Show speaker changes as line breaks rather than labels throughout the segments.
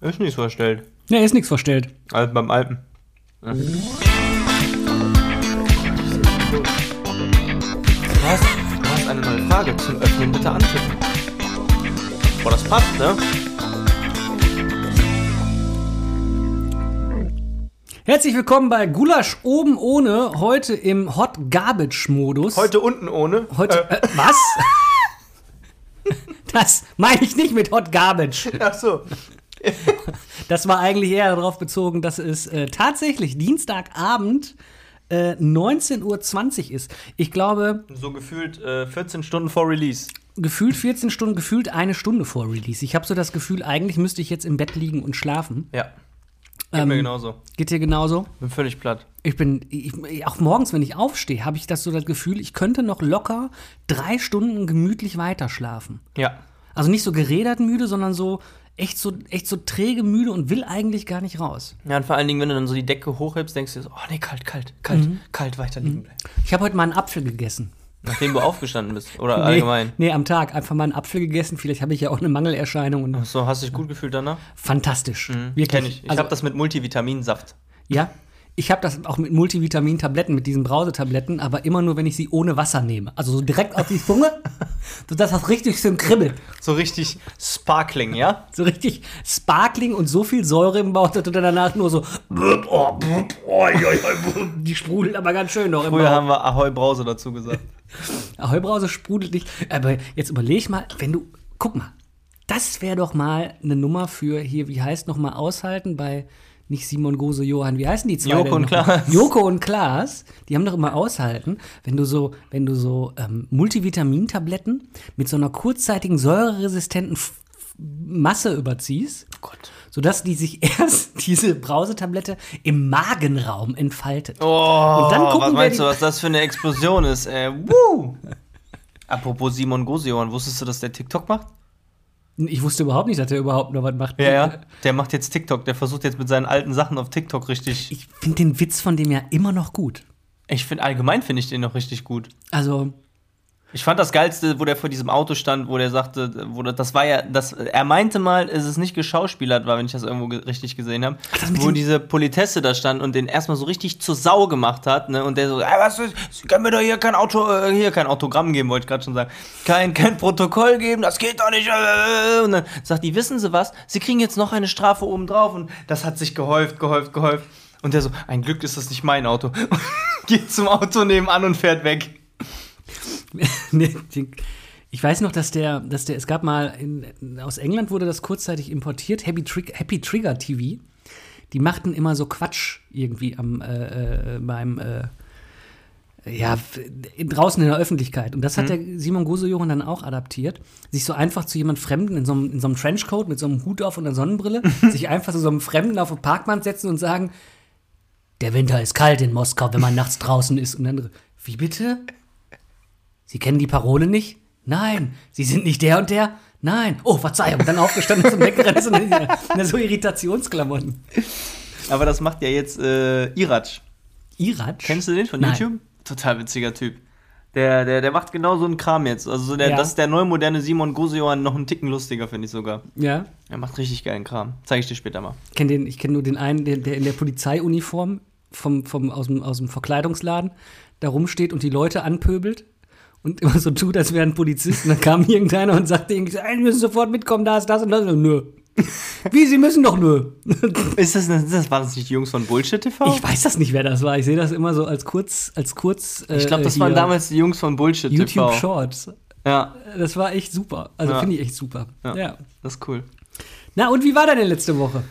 Ist nichts verstellt.
Ja, ist nichts verstellt.
Also beim Alpen. Was? Du hast eine neue Frage. Zum Öffnen bitte antippen. Boah, das passt, ne?
Herzlich willkommen bei Gulasch oben ohne, heute im Hot Garbage Modus.
Heute unten ohne.
Heute äh, was? das meine ich nicht mit Hot Garbage.
Äh, ach so.
Das war eigentlich eher darauf bezogen, dass es äh, tatsächlich Dienstagabend äh, 19.20 Uhr ist. Ich glaube,
So gefühlt äh, 14 Stunden vor Release.
gefühlt 14 Stunden, gefühlt eine Stunde vor Release. Ich habe so das Gefühl, eigentlich müsste ich jetzt im Bett liegen und schlafen.
Ja. Geht
Ähm.
mir genauso.
Geht dir genauso?
Bin völlig platt.
Ich bin, ich, auch morgens, wenn ich aufstehe, habe ich das so das Gefühl, ich könnte noch locker drei Stunden gemütlich weiterschlafen.
Ja.
Also nicht so gerädert müde, sondern so echt so, echt so träge müde und will eigentlich gar nicht raus.
Ja, und vor allen Dingen, wenn du dann so die Decke hochhebst, denkst du dir so, oh nee, kalt, kalt, kalt,
Mhm.
kalt, weiter liegen bleiben.
Ich habe heute mal einen Apfel gegessen.
Nachdem du aufgestanden bist. Oder allgemein.
Nee, nee, am Tag einfach mal einen Apfel gegessen. Vielleicht habe ich ja auch eine Mangelerscheinung. Und
So, hast du dich gut gefühlt danach?
fantastisch. Wirklich.
Mhm. Kenn ich. Ich
also,
habe das mit Multivitaminsaft.
ja, ich habe das auch mit Multivitamin-Tabletten, mit diesen Brausetabletten, aber immer nur, wenn ich sie ohne Wasser nehme. Also so direkt auf die Zunge, sodass das richtig schön kribbelt.
So richtig sparkling, ja?
So richtig sparkling und so viel Säure im Bauch, dass du dann danach nur so die sprudelt aber ganz schön noch im
Früher
Bauch.
haben wir Ahoi Brause dazu gesagt.
Heubrause sprudelt nicht. Aber jetzt überleg mal, wenn du, guck mal, das wäre doch mal eine Nummer für hier, wie heißt noch mal aushalten bei nicht Simon Gose, Johann, wie heißen die zwei?
Joko
denn
und
noch mal?
Klaas.
Joko und Klaas, die haben doch immer aushalten, wenn du so, wenn du so ähm, Multivitamintabletten mit so einer kurzzeitigen säureresistenten F F- Masse überziehst.
Oh Gott.
sodass die sich erst diese Brausetablette im Magenraum entfaltet.
Oh,
Und dann gucken
was
wir
meinst
die-
du, was das für eine Explosion ist, ey? Woo! Apropos Simon Goseon, wusstest du, dass der TikTok macht?
Ich wusste überhaupt nicht, dass er überhaupt noch was macht.
Der macht jetzt TikTok, der versucht jetzt mit seinen alten Sachen auf TikTok richtig.
Ich finde den Witz von dem ja immer noch gut.
Ich finde, allgemein finde ich den noch richtig gut.
Also,
Ich fand das Geilste, wo der vor diesem Auto stand, wo der sagte, wo das, das war ja, das, er meinte mal, es ist nicht geschauspielert war, wenn ich das irgendwo ge richtig gesehen habe,
das mit
wo
dem-
diese Politesse da stand und den erstmal so richtig zur Sau gemacht hat, ne, und der so, "Ah, was ist, Sie können mir doch hier kein Auto, äh, hier kein Autogramm geben, wollte ich gerade schon sagen, kein, kein Protokoll geben, das geht doch nicht, äh, und dann sagt die, wissen Sie was, Sie kriegen jetzt noch eine Strafe obendrauf und das hat sich gehäuft, gehäuft, gehäuft und der so, ein Glück ist das nicht mein Auto, geht zum Auto nebenan und fährt weg.
nee, den- ich weiß noch, dass der, dass der, es gab mal, in, aus England wurde das kurzzeitig importiert, Happy, Trig Happy Trigger TV. Die machten immer so Quatsch irgendwie am, äh, äh, beim, äh, ja, f- in, draußen in der Öffentlichkeit. Und das hat der Simon Gosejohann dann auch adaptiert. Sich so einfach zu jemand Fremden in so, einem, in so einem Trenchcoat mit so einem Hut auf und einer Sonnenbrille, sich einfach zu so einem Fremden auf den Parkbank setzen und sagen, der Winter ist kalt in Moskau, wenn man nachts draußen ist. Und andere, wie bitte? Sie kennen die Parole nicht? Nein. Sie sind nicht der und der? Nein. Oh, Verzeihung. Dann aufgestanden zum Wegrennen und in der- in der so Irritationsklamotten.
Aber das macht ja jetzt äh, Iratsch.
Iratsch?
Kennst du den von
Nein.
YouTube? Total witziger Typ. Der, der, der macht genau so einen Kram jetzt. Also so der,
Ja.
das ist der neu moderne Simon Gosejohann, noch einen Ticken lustiger, finde ich sogar.
Ja.
Er macht richtig geilen Kram. Zeige ich dir später mal.
Kenn den, ich kenne nur den einen, der, der in der Polizeiuniform vom, vom, aus, dem, aus dem Verkleidungsladen da rumsteht und die Leute anpöbelt und immer so tut, als wären Polizisten. Dann kam irgendeiner und sagte irgendwie, so, "Ey, wir müssen sofort mitkommen, da ist das und das. Und nö. Wie, Sie müssen doch nö.
Ist das, ist das, war das nicht die Jungs von Bullshit TV?
Ich weiß das nicht, wer das war. Ich sehe das immer so als kurz, als kurz.
Ich glaube, das
äh,
waren
hier
damals die Jungs von Bullshit
YouTube
TV.
Shorts.
Ja,
Das war echt super. Also
Ja.
finde ich echt super. Ja.
Ja. das ist cool.
Na, und wie war deine letzte Woche?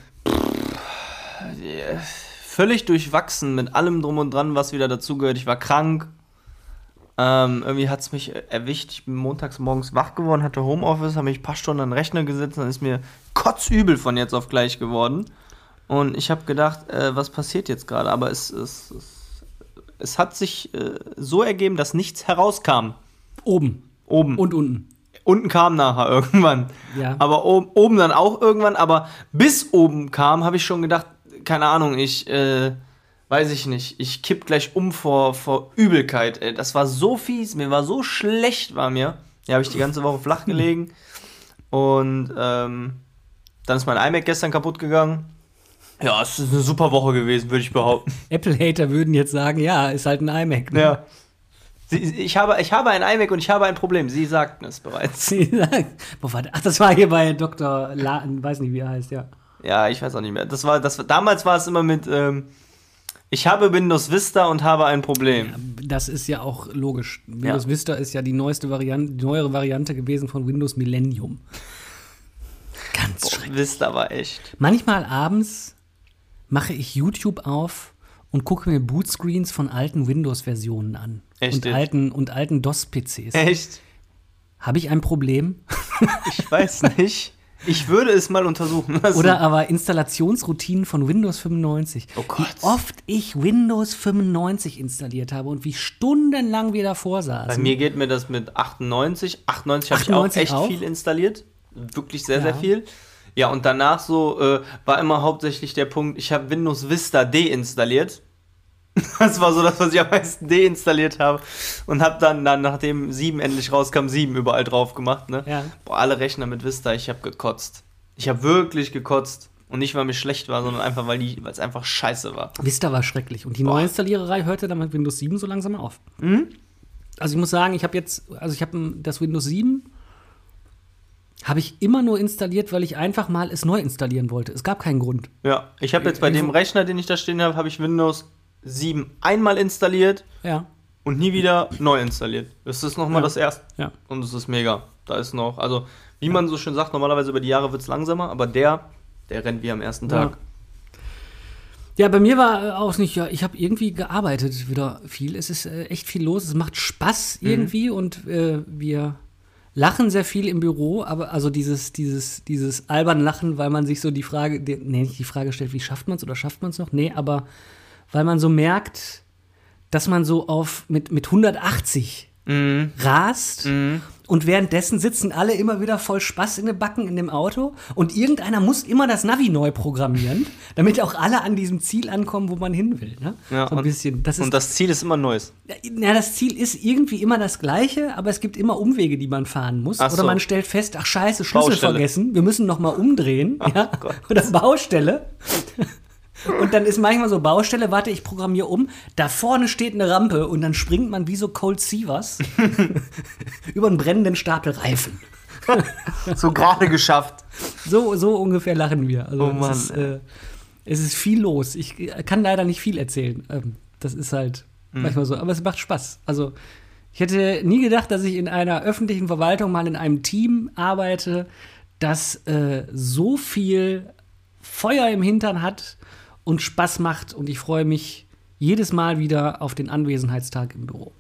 Völlig durchwachsen mit allem drum und dran, was wieder dazugehört. Ich war krank. Ähm, irgendwie hat es mich äh, erwischt. Ich bin montags morgens wach geworden, hatte Homeoffice, habe mich ein paar Stunden an den Rechner gesetzt, dann ist mir kotzübel von jetzt auf gleich geworden. Und ich habe gedacht, äh, was passiert jetzt gerade? Aber es, es, es, es hat sich äh, so ergeben, dass nichts herauskam.
Oben
Oben.
und unten.
Unten kam nachher irgendwann.
Ja.
Aber oben, oben dann auch irgendwann. Aber bis oben kam, habe ich schon gedacht, keine Ahnung, ich, äh, weiß ich nicht, ich kipp gleich um vor, vor Übelkeit. Ey, das war so fies, mir war so schlecht, war mir. Ja, habe ich die ganze Woche flach gelegen. Und ähm, Dann ist mein iMac gestern kaputt gegangen. Ja, es ist eine super Woche gewesen, würde ich behaupten.
Apple-Hater würden jetzt sagen, ja, ist halt ein iMac. ne?
Ja. Sie, ich, habe, ich habe ein iMac und ich habe ein Problem. Sie sagten es bereits.
Sie sagen- Wo war das? Ach, das war hier bei Dr. La weiß nicht, wie er heißt, ja.
Ja, ich weiß auch nicht mehr. Das war, das, war- damals war es immer mit, ähm, ich habe Windows Vista und habe ein Problem.
Das ist ja auch logisch. Windows Vista ist ja die neueste Variante, die neuere Variante gewesen von Windows Millennium. Ganz schrecklich.
Vista war echt.
Manchmal abends mache ich YouTube auf und gucke mir Bootscreens von alten Windows-Versionen an.
Echt
Und
jetzt? Äh.
alten, und alten DOS-PCs.
Echt?
Habe ich ein Problem?
Ich weiß nicht. Ich würde es mal untersuchen lassen.
Oder aber Installationsroutinen von Windows 95.
Oh Gott.
Wie oft ich Windows 95 installiert habe und wie stundenlang wir davor
Bei
saßen.
mir geht mir das mit 98. 98 habe ich auch
98
echt
auch?
viel installiert. Wirklich sehr, sehr
Ja.
viel. Ja, und danach so äh, war immer hauptsächlich der Punkt, ich habe Windows Vista deinstalliert. Das war so das, was ich am meisten deinstalliert habe. Und habe dann, dann, nachdem 7 endlich rauskam, 7 überall drauf gemacht. Ne?
Ja.
Boah, alle Rechner mit Vista, ich habe gekotzt. Ich habe wirklich gekotzt. Und nicht, weil mir schlecht war, sondern einfach, weil es einfach scheiße war.
Vista war schrecklich. Und die
Boah.
Neuinstalliererei hörte dann mit Windows 7 so langsam auf. Also ich muss sagen, ich habe jetzt, also ich habe das Windows 7 habe ich immer nur installiert, weil ich einfach mal es neu installieren wollte. Es gab keinen Grund.
Ja, ich habe jetzt bei dem Rechner, den ich da stehen habe, habe ich Windows 7 einmal installiert
Ja,
und nie wieder neu installiert. Das ist nochmal
Ja.
das erste
ja.
und es ist mega. Da ist noch, also wie man so schön sagt, normalerweise über die Jahre wird es langsamer, aber der, der rennt wie am ersten
Ja.
Tag.
Ja, bei mir war äh, auch nicht, ja, ich habe irgendwie gearbeitet wieder viel. Es ist äh, echt viel los, es macht Spaß irgendwie und äh, wir lachen sehr viel im Büro, aber also dieses, dieses, dieses albern Lachen, weil man sich so die Frage, die, nee, nicht die Frage stellt, wie schafft man es oder schafft man es noch? Nee, aber weil man so merkt, dass man so auf mit, mit 180
Mhm.
rast. Und währenddessen sitzen alle immer wieder voll Spaß in den Backen in dem Auto. Und irgendeiner muss immer das Navi neu programmieren, damit auch alle an diesem Ziel ankommen, wo man hin will. Ne?
Ja,
so ein
und-
bisschen. Das ist,
Und das Ziel ist immer Neues.
na, das Ziel ist irgendwie immer das gleiche, aber es gibt immer Umwege, die man fahren muss.
Ach
Oder
so.
man stellt fest, ach scheiße, Schlüssel
Baustelle.
vergessen, wir müssen nochmal umdrehen. ja?
Gott.
Oder Baustelle. Und dann ist manchmal so Baustelle, warte, ich programmiere um, da vorne steht eine Rampe und dann springt man wie so Cold Seavers über einen brennenden Stapel Reifen.
So gerade geschafft.
So, so ungefähr lachen wir. Also
Oh Mann,
Es, ist,
ey.
äh, es ist viel los. Ich äh, kann leider nicht viel erzählen. Ähm, das ist halt
Mhm.
manchmal so. Aber es macht Spaß. Also ich hätte nie gedacht, dass ich in einer öffentlichen Verwaltung mal in einem Team arbeite, das äh, so viel Feuer im Hintern hat und Spaß macht. Und ich freue mich jedes Mal wieder auf den Anwesenheitstag im Büro.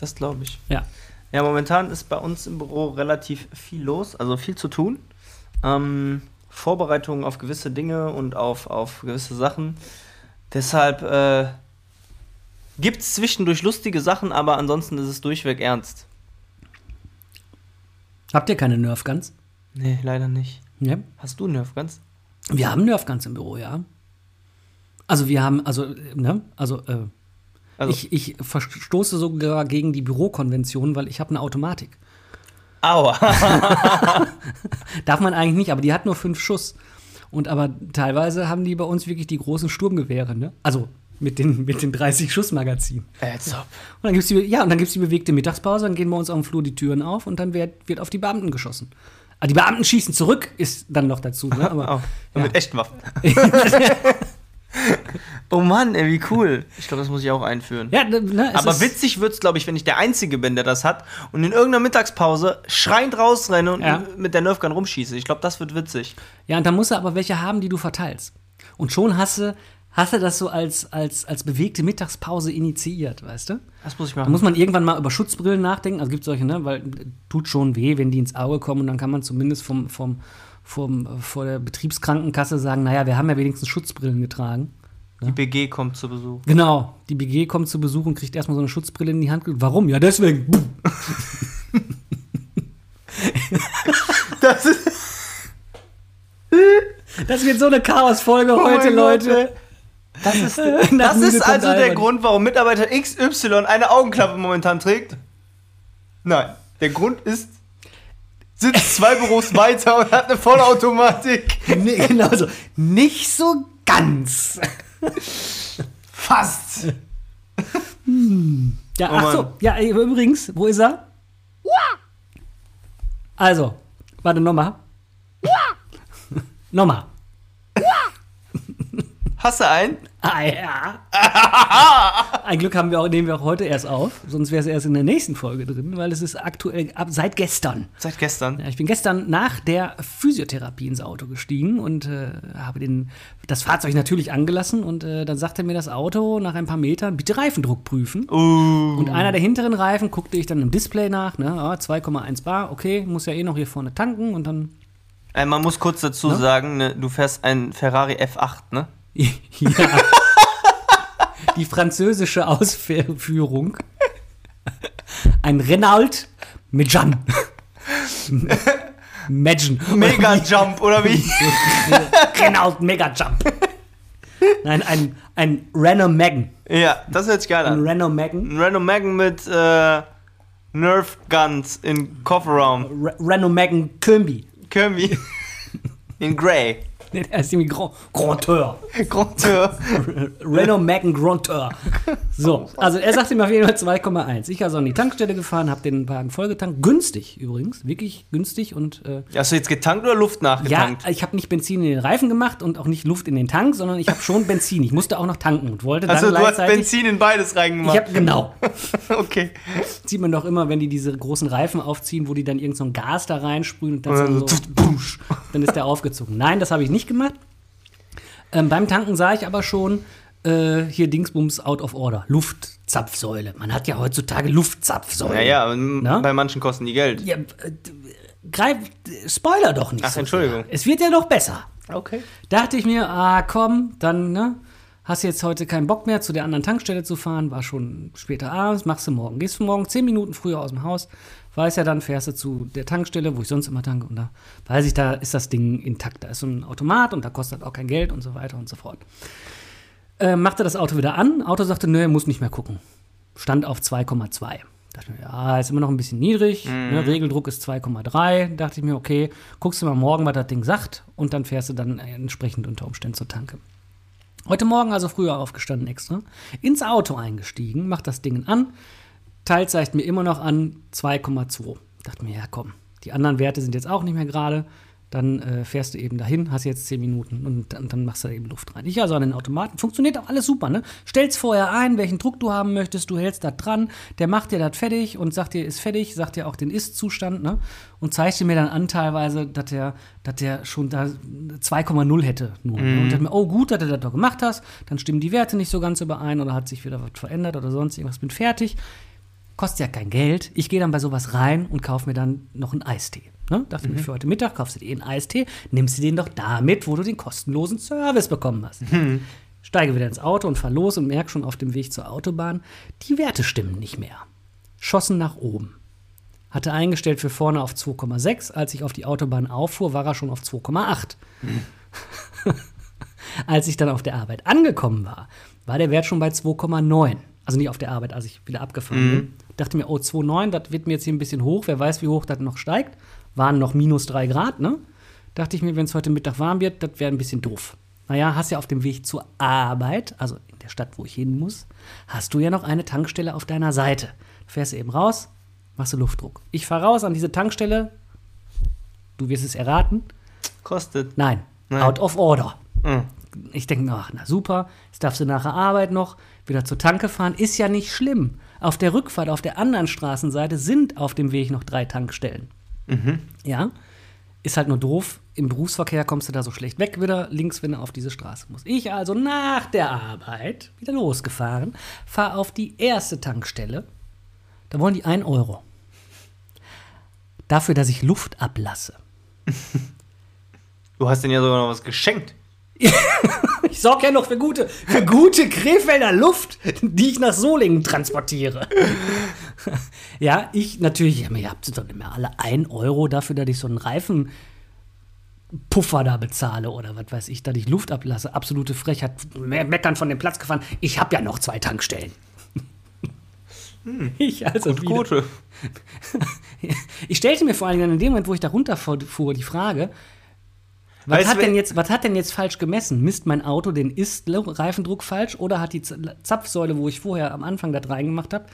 Das glaube ich.
Ja.
Ja, momentan ist bei uns im Büro relativ viel los, also viel zu tun. Ähm, Vorbereitungen auf gewisse Dinge und auf, auf gewisse Sachen. Deshalb äh, gibt es zwischendurch lustige Sachen, aber ansonsten ist es durchweg ernst.
Habt ihr keine Nerfguns?
Nee, leider nicht.
Ja.
Hast du Nerf ganz?
Wir haben Nerfguns im Büro, ja. Also wir haben, also, äh, ne? Also, äh,
Also-
ich, ich verstoße sogar gegen die Bürokonvention, weil ich habe eine Automatik.
Aua.
Darf man eigentlich nicht, aber die hat nur fünf Schuss. Und aber teilweise haben die bei uns wirklich die großen Sturmgewehre, ne? Also mit den, mit den 30 Schussmagazinen.
Als ob.
Und dann gibt's die, ja, und dann gibt's die bewegte Mittagspause, dann gehen bei uns auf dem Flur die Türen auf und dann wird, wird auf die Beamten geschossen. Ah, die Beamten schießen zurück, ist dann noch dazu, ne?
Au.
Aber,
Und Mit echten Waffen. Oh Mann, ey, wie cool. Ich glaube, das muss ich auch einführen.
ja, ne, es
Aber
ist-
witzig wird's, glaube ich, wenn ich der Einzige bin, der das hat und in irgendeiner Mittagspause schreiend rausrenne und
Ja.
mit der Nerfgun rumschieße. Ich glaube, das wird witzig.
Ja, und dann musst du aber welche haben, die du verteilst. Und schon hast du, hast du das so als, als, als bewegte Mittagspause initiiert, weißt du?
Das muss ich
Da
machen.
muss man irgendwann mal über Schutzbrillen nachdenken. Also gibt solche, ne? Weil äh, tut schon weh, wenn die ins Auge kommen und dann kann man zumindest vom, vom, vom, äh, vor der Betriebskrankenkasse sagen, naja, wir haben ja wenigstens Schutzbrillen getragen.
Die BG kommt zu Besuch.
Genau, die BG kommt zu Besuch und kriegt erstmal so eine Schutzbrille in die Hand. Warum? Ja, deswegen. Buh.
Das ist
Das wird so eine Chaosfolge heute, Leute.
Oh Das ist,
Nach
das
Müde
ist
kommt
also der
Albert.
Grund, warum Mitarbeiter XY eine Augenklappe momentan trägt? Nein. Der Grund ist sitzt zwei Büros weiter und hat eine Vollautomatik.
Nee, genau so. Nicht so ganz.
Fast.
Ja,
Oh
ach so.
Mann.
Ja, ey, übrigens, wo ist er? Also, warte, nochmal. nochmal.
Hast du einen?
Ah, ja. Ein Glück haben wir auch, nehmen wir auch heute erst auf, sonst wäre es erst in der nächsten Folge drin, weil es ist aktuell ab seit gestern.
Seit gestern.
Ja, ich bin gestern nach der Physiotherapie ins Auto gestiegen und äh, habe den, das Fahrzeug natürlich angelassen und äh, dann sagte mir das Auto nach ein paar Metern, bitte Reifendruck prüfen.
Uh.
Und einer der hinteren Reifen guckte ich dann im Display nach, ne, ah, 2,1 Bar, okay, muss ja eh noch hier vorne tanken und dann.
Äh, man muss kurz dazu sagen, ne, du fährst einen Ferrari F8, ne?
ja. Die französische Ausführung. Ein Renault Megan. Megan.
Mega Jump, oder wie?
Renault Mega Jump. Nein, ein, ein Renault Megan.
ja, das hört sich geil
Ein
an.
Renault Megan.
Ein Random Magen mit äh, Nerf Guns in Kofferraum.
Re Renault Megan Kömbi.
Kirby. In Grey.
Nee, der ist irgendwie Grand, Grandeur.
Grundtür.
Renault Megan Grandeur. So, also er sagte mir auf jeden Fall 2,1. Ich also an die Tankstelle gefahren, habe den Wagen vollgetankt. Günstig übrigens, wirklich günstig und äh,
Hast du jetzt getankt oder Luft
ja,
nachgetankt?
ich habe nicht Benzin in den Reifen gemacht und auch nicht Luft in den Tank, sondern ich habe schon Benzin. Ich musste auch noch tanken und wollte dann
also du hast
gleichzeitig.
Benzin in beides
ich
reingemacht.
habe genau.
okay.
sieht man doch immer, wenn die diese großen Reifen aufziehen, wo die dann irgend so ein Gas da reinsprühen und dann,
Und dann
so,
so
busch, dann ist der aufgezogen. Nein, das habe ich nicht gemacht. Ähm, beim Tanken sah ich aber schon äh, hier Dingsbums out of order. Luftzapfsäule. Man hat ja heutzutage Luftzapfsäule.
Naja, aber m-
Na?
bei manchen kosten die Geld.
Ja, äh, d- greif, d- spoiler doch nicht.
Ach, Entschuldigung.
sehr. Es wird ja noch besser.
Okay.
Dachte ich mir, ah komm, dann ne, hast jetzt heute keinen Bock mehr, zu der anderen Tankstelle zu fahren, war schon später abends, machst du morgen. Gehst du morgen zehn Minuten früher aus dem Haus, weiß ja dann, fährst du zu der Tankstelle, wo ich sonst immer tanke und da weiß ich, da ist das Ding intakt. Da ist so ein Automat und da kostet auch kein Geld und so weiter und so fort. Äh, machte das Auto wieder an, Auto sagte, nö, muss nicht mehr gucken. Stand auf 2,2. Dachte mir, ja, ist immer noch ein bisschen niedrig. Ne? Regeldruck ist 2,3. Dachte ich mir, okay, guckst du mal morgen, was das Ding sagt. Und dann fährst du dann äh, entsprechend unter Umständen zur Tanke. Heute Morgen also früher aufgestanden extra. Ins Auto eingestiegen, macht das Ding an. Teil zeigt mir immer noch an 2,2. Dachte mir, ja komm, die anderen Werte sind jetzt auch nicht mehr gerade. Dann äh, fährst du eben dahin, hast jetzt 10 Minuten und dann, dann machst du da eben Luft rein. Ich also an den Automaten. Funktioniert auch alles super, ne? Stellst vorher ein, welchen Druck du haben möchtest, du hältst da dran, der macht dir das fertig und sagt dir, ist fertig, sagt dir auch den Ist-Zustand, ne? Und zeigt dir mir dann an teilweise, dass der, dass der schon da 2,0 hätte nur. Ne? Und dann mir, oh gut, dass du das doch gemacht hast, dann stimmen die Werte nicht so ganz überein oder hat sich wieder was verändert oder sonst irgendwas, bin fertig kostet ja kein Geld. Ich gehe dann bei sowas rein und kaufe mir dann noch einen Eistee. Ne? Dachte mir, für heute Mittag kaufst du dir einen Eistee, nimmst du den doch damit, wo du den kostenlosen Service bekommen hast. Steige wieder ins Auto und fahr los und merke schon auf dem Weg zur Autobahn, die Werte stimmen nicht mehr. Schossen nach oben. Hatte eingestellt für vorne auf 2,6. Als ich auf die Autobahn auffuhr, war er schon auf 2,8. Als ich dann auf der Arbeit angekommen war, war der Wert schon bei 2,9. Also nicht auf der Arbeit, als ich wieder abgefahren bin. Dachte mir, oh, 2,9, das wird mir jetzt hier ein bisschen hoch. Wer weiß, wie hoch das noch steigt. Waren noch minus 3 Grad, ne? Dachte ich mir, wenn es heute Mittag warm wird, das wäre ein bisschen doof. Naja, hast ja auf dem Weg zur Arbeit, also in der Stadt, wo ich hin muss, hast du ja noch eine Tankstelle auf deiner Seite. Fährst du eben raus, machst du Luftdruck. Ich fahre raus an diese Tankstelle. Du wirst es erraten.
Kostet.
Nein,
Nein.
out of order.
Mhm.
Ich denke mir, ach, na super, jetzt darfst du nach der Arbeit noch wieder zur Tanke fahren. Ist ja nicht schlimm. Auf der Rückfahrt, auf der anderen Straßenseite sind auf dem Weg noch drei Tankstellen.
Mhm.
Ja, ist halt nur doof. Im Berufsverkehr kommst du da so schlecht weg wieder, links, wenn du auf diese Straße musst. Ich also nach der Arbeit wieder losgefahren, fahre auf die erste Tankstelle. Da wollen die 1 Euro. Dafür, dass ich Luft ablasse.
Du hast denen ja sogar noch was geschenkt.
Ich sorge ja noch für gute, für gute Krefelder Luft, die ich nach Solingen transportiere. ja, ich natürlich, ja, ihr habt doch nicht mehr alle 1 Euro dafür, dass ich so einen Reifenpuffer da bezahle oder was weiß ich, dass ich Luft ablasse. Absolute Frechheit. Me- Meckern von dem Platz gefahren. Ich habe ja noch zwei Tankstellen. Ich also
Und
wieder.
Quote.
Ich stellte mir vor allen Dingen in dem Moment, wo ich da runterfuhr, die Frage, was
Weißt
hat,
du,
denn
wer-
jetzt, was hat denn jetzt falsch gemessen? Misst mein Auto den Ist-Reifendruck falsch oder hat die Z- Zapfsäule, wo ich vorher am Anfang das reingemacht habe,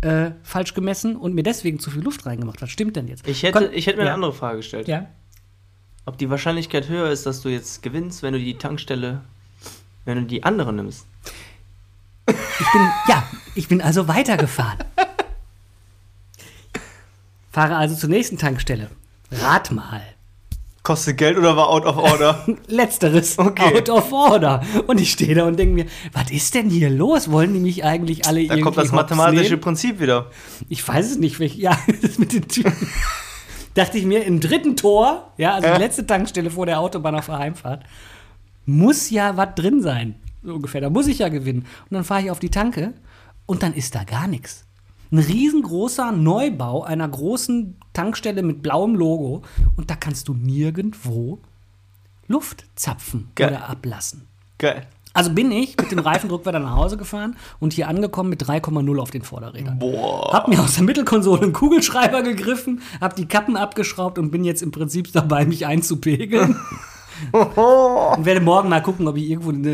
äh, falsch gemessen und mir deswegen zu viel Luft reingemacht? Was stimmt denn jetzt?
Ich hätte,
Kon-
ich hätte mir
ja.
eine andere Frage gestellt.
Ja.
Ob die Wahrscheinlichkeit höher ist, dass du jetzt gewinnst, wenn du die Tankstelle, wenn du die andere nimmst.
Ich bin, ja, ich bin also weitergefahren. Fahre also zur nächsten Tankstelle. Rat mal.
Kostet Geld oder war out of order?
Letzteres
Okay.
out of order. Und ich stehe da und denke mir, was ist denn hier los? Wollen die mich eigentlich alle
da
irgendwie
kommt das
hops
mathematische
nehmen?
Prinzip wieder.
Ich weiß es nicht, welch, ja, das mit den Typen. Dachte ich mir, im dritten Tor, ja, also
Ja.
die letzte Tankstelle vor der Autobahn auf der Heimfahrt, muss ja was drin sein. So ungefähr, da muss ich ja gewinnen. Und dann fahre ich auf die Tanke und dann ist da gar nichts. Ein riesengroßer Neubau einer großen Tankstelle mit blauem Logo und da kannst du nirgendwo Luft zapfen
Geil.
oder ablassen.
Geil.
Also bin ich mit dem Reifendruck wieder nach Hause gefahren und hier angekommen mit 3,0 auf den Vorderrädern.
Boah.
Hab mir aus der Mittelkonsole einen Kugelschreiber gegriffen, hab die Kappen abgeschraubt und bin jetzt im Prinzip dabei, mich einzupegeln. und werde morgen mal gucken, ob ich irgendwo eine,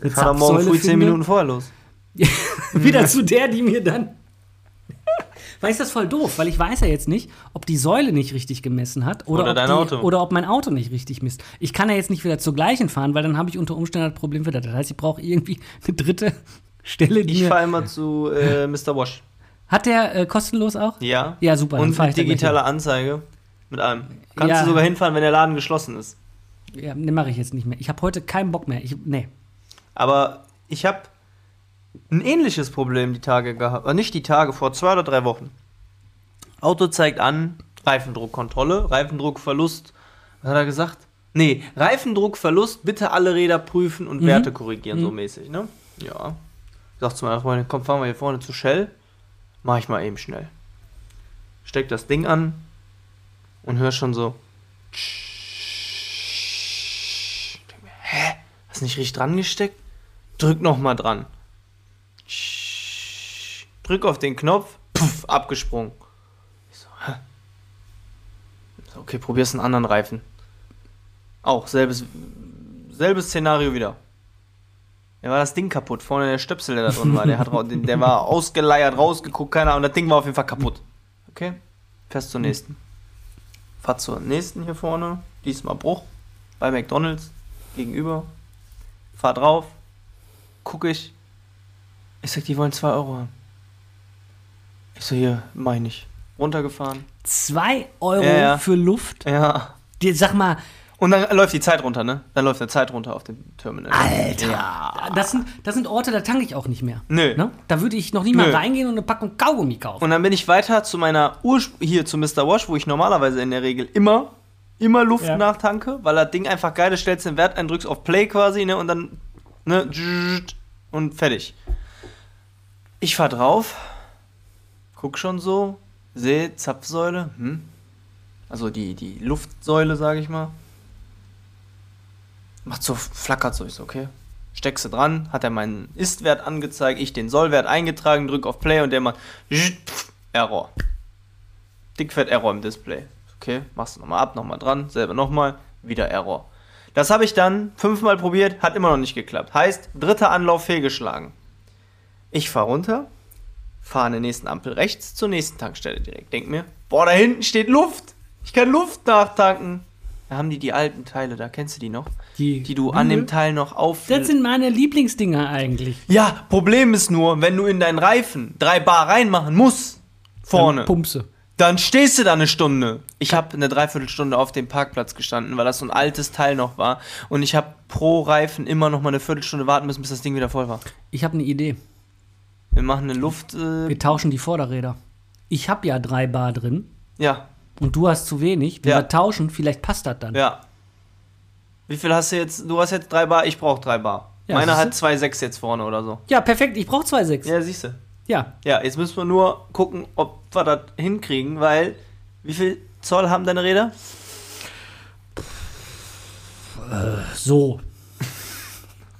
eine
Fahr doch morgen
Zapfsäule
früh
finde.
10 Minuten Mhm. vorher los.
Wieder zu der, die mir dann... Weil ich das voll doof, weil ich weiß ja jetzt nicht, ob die Säule nicht richtig gemessen hat oder,
Oder
ob
dein
die,
Auto.
oder ob mein Auto nicht richtig misst. Ich kann ja jetzt nicht wieder zur gleichen fahren, weil dann habe ich unter Umständen das Problem wieder. Das heißt, ich brauche irgendwie eine dritte Stelle, die
Ich
mir...
fahre immer zu äh, Mr. Wash.
Hat der äh, kostenlos auch?
Ja.
Ja, super, dann
Und
fahr ich
mit
da gleich
digitaler Anzeige. Mit allem. Kannst
Ja.
du sogar hinfahren, wenn der Laden geschlossen ist.
Ja, ne, mache ich jetzt nicht mehr. Ich habe heute keinen Bock mehr. Ich, nee.
Aber ich habe ein ähnliches Problem die Tage gehabt. äh, Nicht die Tage, vor zwei oder drei Wochen. Auto zeigt an, Reifendruckkontrolle, Reifendruckverlust. Was hat er gesagt? Nee, Reifendruckverlust, bitte alle Räder prüfen und Werte korrigieren, so mäßig, ne? Ja. Sag zu meiner Freundin, komm, fahren wir hier vorne zu Shell. Mach ich mal eben schnell. Steck das Ding an und hör schon so. Denk mir, Hä? Hast nicht richtig dran gesteckt? Drück nochmal dran. Drück auf den Knopf, puff, abgesprungen. Ich so, hä? Ich so, Okay, probier's einen anderen Reifen. Auch selbes, selbes Szenario wieder. Da war das Ding kaputt. Vorne der Stöpsel, der da drin war, der, hat, ra- der war ausgeleiert, rausgeguckt, keiner. Und das Ding war auf jeden Fall kaputt. Okay, fährst zur nächsten. Fahr zur nächsten hier vorne. Diesmal Bruch. Bei McDonalds. Gegenüber. Fahr drauf. Guck ich. Ich sag, die wollen 2 Euro haben. Ich so, hier, meine ich. Runtergefahren.
Zwei Euro
Ja, ja.
für Luft.
Ja.
Die, sag mal,
Und dann läuft die Zeit runter, ne? Dann läuft eine Zeit runter auf dem Terminal.
Alter.
Ja.
Das, sind, das sind Orte, da tanke ich auch nicht mehr.
Nö.
Ne? Da würde ich noch nie mal
Nö.
reingehen und eine Packung Kaugummi kaufen.
Und dann bin ich weiter zu meiner Urspr hier zu Mr. Wash, wo ich normalerweise in der Regel immer immer Luft
Ja.
nachtanke, weil das Ding einfach geil ist, stellst den Wert ein, drückst auf Play quasi, ne, und dann ne zzzzt und fertig. Ich fahr drauf, guck schon so, seh Zapfsäule, hm? Also die die Luftsäule, sage ich mal. Macht so flackert so, ich so, okay. Steckst du dran, hat er meinen Ist-Wert angezeigt, ich den Soll-Wert eingetragen, drück auf Play und der macht zzt, pf, Error. Dickfett Error im Display. Okay, machst du nochmal ab, nochmal dran, selber nochmal, wieder Error. Das habe ich dann fünfmal probiert, hat immer noch nicht geklappt. Heißt, dritter Anlauf fehlgeschlagen. Ich fahre runter, fahre an der nächsten Ampel rechts zur nächsten Tankstelle direkt. Denk mir, boah, da hinten steht Luft. Ich kann Luft nachtanken. Da haben die die alten Teile, da kennst du die noch?
Die,
Die du an dem Teil noch auf.
Mhm. Das sind meine Lieblingsdinger eigentlich.
Ja, Problem ist nur, wenn du in deinen Reifen drei Bar reinmachen musst, vorne.
Dann Pumpse.
Dann stehst du da eine Stunde. Ich habe eine Dreiviertelstunde auf dem Parkplatz gestanden, weil das so ein altes Teil noch war. Und ich habe pro Reifen immer noch mal eine Viertelstunde warten müssen, bis das Ding wieder voll war.
Ich habe eine Idee.
Wir machen eine Luft. Äh,
Wir tauschen die Vorderräder. Ich habe ja drei Bar drin
ja,
und du hast zu wenig. Wenn
Ja.
wir tauschen, vielleicht passt das dann.
ja. Wie viel hast du jetzt? Du hast jetzt drei Bar, ich brauche drei Bar.
Ja,
Meiner
siehste.
hat zwei sechs jetzt vorne oder so.
Ja, perfekt. Ich brauche zwei Sechs. Ja.
Ja, siehst du. Ja, jetzt müssen wir nur gucken, ob wir das hinkriegen, weil wie viel Zoll haben deine Räder?
so.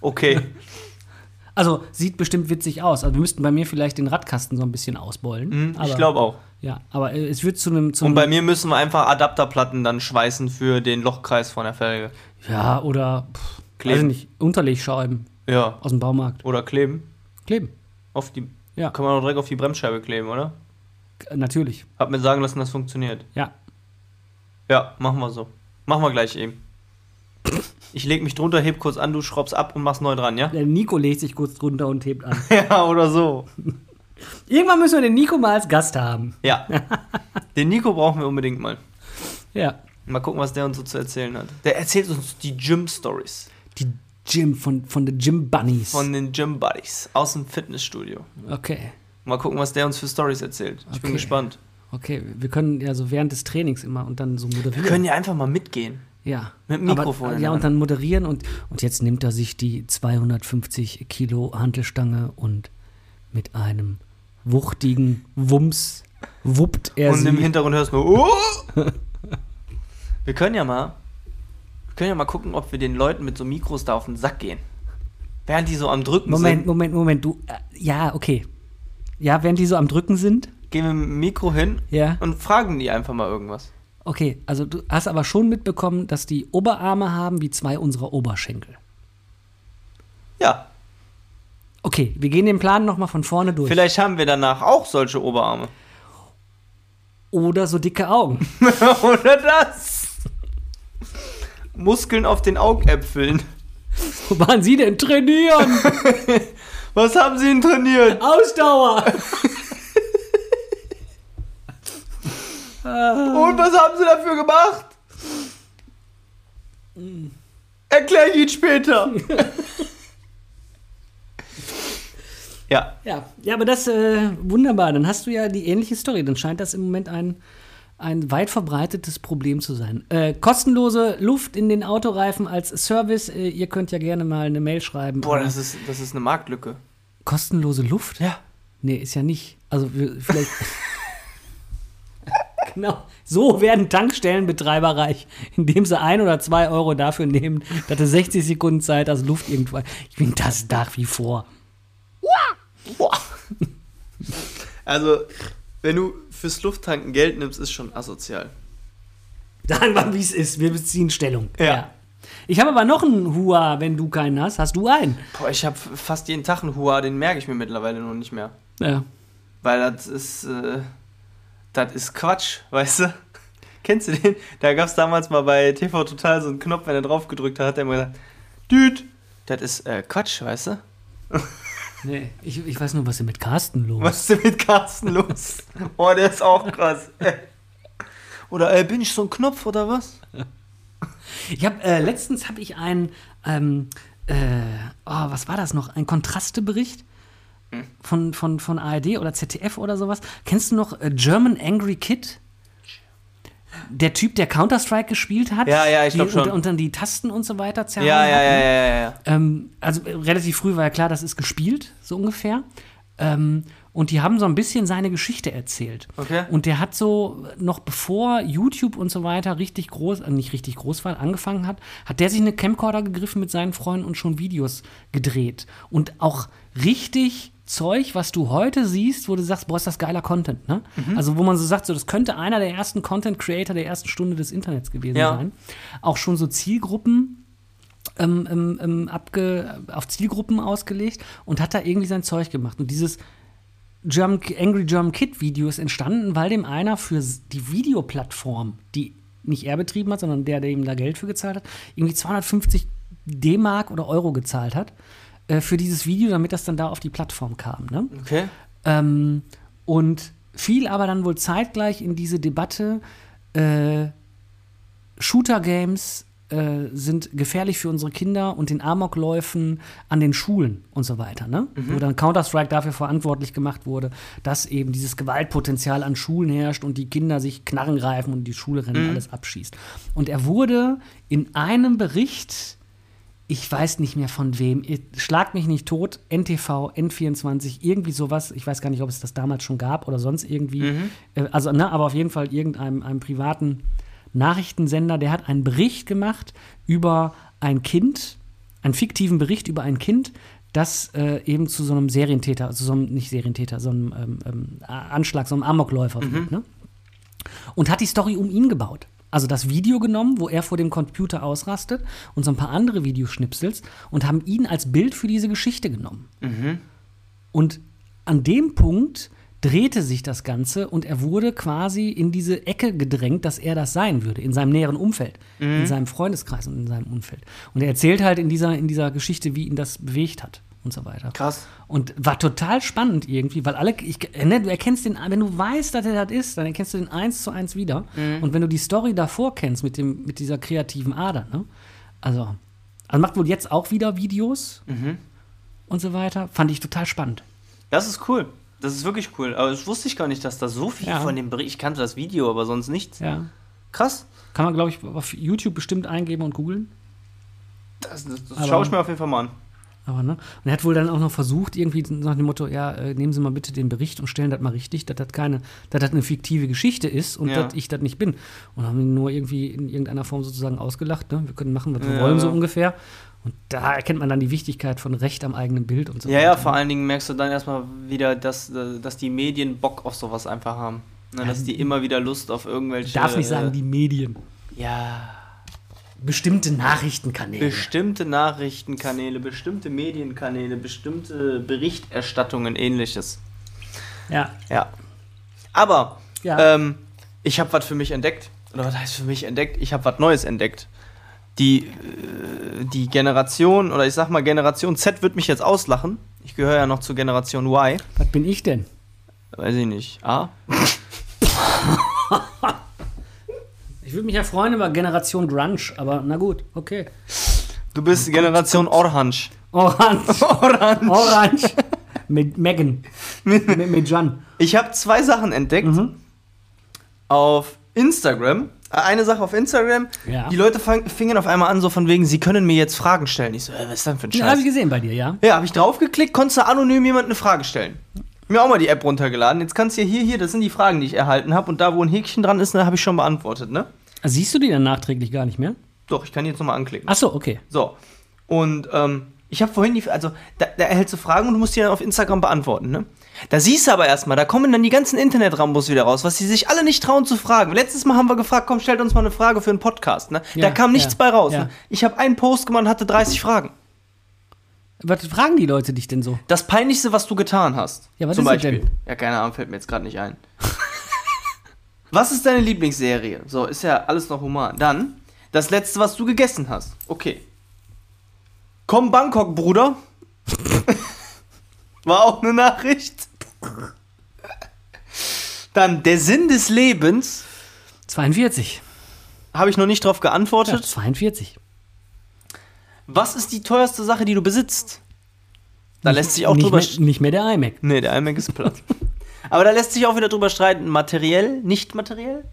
Okay.
Also sieht bestimmt witzig aus. Also wir müssten bei mir vielleicht den Radkasten so ein bisschen ausbeulen.
Mhm, hm, ich glaube auch.
Ja, aber äh, es wird zu einem. zu
Und bei
einem-
mir müssen wir einfach Adapterplatten dann schweißen für den Lochkreis von der Felge.
Ja, oder. Pff, weiß
Kleben.
nicht. Unterlegscheiben
Ja.
aus dem Baumarkt.
Oder kleben.
Kleben.
Auf die.
Ja.
Kann man auch direkt auf die Bremsscheibe kleben, oder?
K- Natürlich.
Hab mir sagen lassen, das funktioniert.
Ja.
Ja, machen wir so. Machen wir gleich eben. Ich leg mich drunter, heb kurz an, du schraubst ab und machst neu dran, ja?
Der Nico legt sich kurz drunter und hebt an.
Ja, oder so.
Irgendwann müssen wir den Nico mal als Gast haben.
Ja. Den Nico brauchen wir unbedingt mal.
Ja.
Mal gucken, was der uns so zu erzählen hat. Der erzählt uns die Gym-Stories
Die Gym von, von den Gym Bunnies.
von den Gym-Buddies aus dem Fitnessstudio.
okay.
Mal gucken, was der uns für Stories erzählt. Ich bin
Okay.
gespannt.
Okay, wir können ja so während des Trainings immer und dann so moderieren.
Wir können ja einfach mal mitgehen.
ja.
mit Mikrofon
Aber,
in
ja,
der
und dann moderieren und, und jetzt nimmt er sich die 250 Kilo Hantelstange und mit einem wuchtigen Wumms wuppt er
und
sie.
im Hintergrund hörst du nur. "Oh!" wir können ja mal. Wir können ja mal gucken, ob wir den Leuten mit so Mikros da auf den Sack gehen. Während die so am Drücken
Moment,
sind,
Moment, Moment, du. Äh, ja, okay. Ja, während die so am Drücken sind.
gehen wir mit dem Mikro hin
Ja.
und fragen die einfach mal irgendwas.
Okay, also du hast aber schon mitbekommen, dass die Oberarme haben wie zwei unserer Oberschenkel.
Ja,
Okay, wir gehen den Plan nochmal von vorne durch.
vielleicht haben wir danach auch solche Oberarme.
Oder so dicke Augen.
Oder das? Muskeln auf den Augäpfeln.
Wo waren Sie denn trainieren?
Was haben sie denn trainiert?
Ausdauer!
Und was haben sie dafür gemacht? Erkläre ich Ihnen später. ja,
Ja, ja aber das äh, wunderbar. Dann hast du ja die ähnliche Story. Dann scheint das im Moment ein, ein weit verbreitetes Problem zu sein. Äh, kostenlose Luft in den Autoreifen als Service. Äh, ihr könnt ja gerne mal eine Mail schreiben.
boah, das ist, das ist eine Marktlücke.
kostenlose Luft?
Ja.
Nee, ist ja nicht. Also wir- vielleicht. genau. So werden Tankstellenbetreiber reich, indem sie ein oder zwei Euro dafür nehmen, dass du 60 Sekunden Zeit hast, Luft irgendwo. Ich bin das nach wie vor.
Boah. Also, wenn du fürs Lufttanken Geld nimmst, ist schon asozial.
Sagen wir, wie es ist. Wir beziehen Stellung.
Ja.
Ich habe aber noch einen Hua, wenn du keinen hast. Hast du einen?
Boah, ich habe fast jeden Tag einen Hua, den merke ich mir mittlerweile noch nicht mehr.
Ja.
Weil das ist, äh, das ist Quatsch, weißt du? Kennst du den? Da gab es damals mal bei TV Total so einen Knopf, wenn er drauf gedrückt hat, hat er immer gesagt, Düt, das ist äh, Quatsch, weißt du?
Nee. Ich, ich weiß nur, was ist mit Carsten los?
Was ist denn mit Carsten los? Boah, der ist auch krass. ey. Oder äh, bin ich so ein Knopf oder was?
Ich habe äh, letztens habe ich einen, ähm, äh, oh, was war das noch? Ein Kontrastebericht
Hm.
von, von, von ARD oder ZDF oder sowas. Kennst du noch äh, German Angry Kid? Der Typ, der Counter-Strike gespielt hat.
Ja, ja, ich
die-
glaub schon.
Und, und dann die Tasten und so weiter zerren.
Ja,
hat.
ja, ja, ja, ja, ja.
Ähm, also äh, relativ früh war ja klar, das ist gespielt, so ungefähr. Ähm, und die haben so ein bisschen seine Geschichte erzählt.
Okay.
Und der hat so noch bevor YouTube und so weiter richtig groß, äh, nicht richtig groß war, angefangen hat, hat der sich eine Camcorder gegriffen mit seinen Freunden und schon Videos gedreht. Und auch richtig Zeug, was du heute siehst, wo du sagst, boah, ist das geiler Content, ne? Also wo man so sagt, so, das könnte einer der ersten Content-Creator der ersten Stunde des Internets gewesen
Ja.
sein. Auch schon so Zielgruppen, ähm, ähm, ähm, abge, auf Zielgruppen ausgelegt und hat da irgendwie sein Zeug gemacht. Und dieses German, Angry German Kid Video ist entstanden, weil dem einer für s- die Videoplattform, die nicht er betrieben hat, sondern der, der ihm da Geld für gezahlt hat, irgendwie 250 D-Mark oder Euro gezahlt hat äh, für dieses Video, damit das dann da auf die Plattform kam. Ne?
Okay.
Ähm, und fiel aber dann wohl zeitgleich in diese Debatte, äh, Shooter-Games äh, sind gefährlich für unsere Kinder und den Amokläufen an den Schulen und so weiter, ne? Wo dann Counter-Strike dafür verantwortlich gemacht wurde, dass eben dieses Gewaltpotenzial an Schulen herrscht und die Kinder sich Knarren greifen und die Schule rennen alles abschießt. Und er wurde in einem Bericht ich weiß nicht mehr von wem, ihr schlagt mich nicht tot, NTV, N24, irgendwie sowas, ich weiß gar nicht, ob es das damals schon gab oder sonst irgendwie, Äh, also, ne, aber auf jeden Fall irgendeinem einem privaten Nachrichtensender, der hat einen Bericht gemacht über ein Kind, einen fiktiven Bericht über ein Kind, das äh, eben zu so einem Serientäter, also so einem, nicht Serientäter, so einem ähm, ähm, A- Anschlag, so einem Amokläufer führt, ne? Und hat die Story um ihn gebaut. Also das Video genommen, wo er vor dem Computer ausrastet und so ein paar andere Videoschnipsels und haben ihn als Bild für diese Geschichte genommen. Und an dem Punkt drehte sich das Ganze und er wurde quasi in diese Ecke gedrängt, dass er das sein würde, in seinem näheren Umfeld, in seinem Freundeskreis und in seinem Umfeld. Und er erzählt halt in dieser, in dieser Geschichte, wie ihn das bewegt hat und so weiter.
Krass.
Und war total spannend irgendwie, weil alle, ich, ne, du erkennst den, wenn du weißt, dass er das ist, dann erkennst du den eins zu eins wieder. Und wenn du die Story davor kennst mit, dem, mit dieser kreativen Ader, ne? Also, also macht wohl jetzt auch wieder Videos und so weiter. Fand ich total spannend.
Das ist cool. Das ist wirklich cool. Aber das wusste ich gar nicht, dass da so viel
Ja.
von dem Bericht. Ich kannte das Video, aber sonst nichts.
Ja.
Krass.
Kann man, glaube ich, auf YouTube bestimmt eingeben und googeln.
Das, das, das
Aber-
schaue ich mir auf jeden Fall mal an.
Aber, ne? Und er hat wohl dann auch noch versucht, irgendwie nach dem Motto, ja, äh, nehmen Sie mal bitte den Bericht und stellen das mal richtig, dass das keine, dass das eine fiktive Geschichte ist und
Ja.
dass ich das nicht bin. Und haben ihn nur irgendwie in irgendeiner Form sozusagen ausgelacht, ne? Wir können machen, was wir
Ja.
wollen, so ungefähr. Und da erkennt man dann die Wichtigkeit von Recht am eigenen Bild und so
Ja,
weiter.
ja, vor allen Dingen merkst du dann erstmal wieder, dass, äh, dass die Medien Bock auf sowas einfach haben. Ne, dass die immer wieder Lust auf irgendwelche.
Ich darf nicht sagen, die Medien.
äh, Ja.
Bestimmte Nachrichtenkanäle.
Bestimmte Nachrichtenkanäle, bestimmte Medienkanäle, bestimmte Berichterstattungen, ähnliches.
ja.
Ja. Aber
Ja.
ähm, ich habe was für mich entdeckt. Oder was heißt für mich entdeckt? Ich habe was Neues entdeckt. Die, äh, die Generation, oder ich sag mal, Generation Z wird mich jetzt auslachen. Ich gehöre ja noch zur Generation Y.
Was bin ich denn?
Weiß ich nicht. A?
Ich würde mich ja freuen über Generation Grunge, aber na gut, okay.
Du bist Generation Orange.
Oh Orange.
Orange.
Orange. Mit Megan. mit, mit Jan.
Ich habe zwei Sachen entdeckt
Mhm.
auf Instagram. Äh, Eine Sache auf Instagram.
Ja.
Die Leute fang, fingen auf einmal an, so von wegen, sie können mir jetzt Fragen stellen. Ich so, äh, was ist denn für ein
Ja, habe
Scheiß?
ich gesehen bei dir, ja.
Ja, habe ich draufgeklickt, konntest du anonym jemand eine Frage stellen. Mir auch mal die App runtergeladen. Jetzt kannst du hier, hier, das sind die Fragen, die ich erhalten habe. Und da, wo ein Häkchen dran ist, ne, habe ich schon beantwortet, ne?
Siehst du die dann nachträglich gar nicht mehr?
Doch, ich kann die jetzt nochmal anklicken.
Ach so, okay.
So. Und ähm, ich habe vorhin die, also da, da erhältst du Fragen und du musst die dann auf Instagram beantworten, ne? Da siehst du aber erstmal, da kommen dann die ganzen Internetrambos wieder raus, was sie sich alle nicht trauen zu fragen. Letztes Mal haben wir gefragt, komm, stellt uns mal eine Frage für einen Podcast, ne?
Ja,
da kam nichts
ja,
bei raus.
ja.
Ne? Ich habe einen Post gemacht und hatte 30 Fragen.
Was fragen die Leute dich denn so?
Das Peinlichste, was du getan hast.
Ja, was
zum
ist es
Beispiel.
denn?
Ja, keine Ahnung, fällt mir jetzt gerade nicht ein. was ist deine Lieblingsserie? So, ist ja alles noch human. Dann, das letzte, was du gegessen hast. Okay. Komm Bangkok, Bruder. War auch eine Nachricht. Dann, der Sinn des Lebens.
42.
Habe ich noch nicht drauf
Ja,
geantwortet.
42.
Was ist die teuerste Sache, die du besitzt? Da lässt sich auch
nicht
drüber
mehr, Nicht mehr der iMac.
Nee, der iMac ist platt. Aber da lässt sich auch wieder drüber streiten. Materiell, nicht materiell?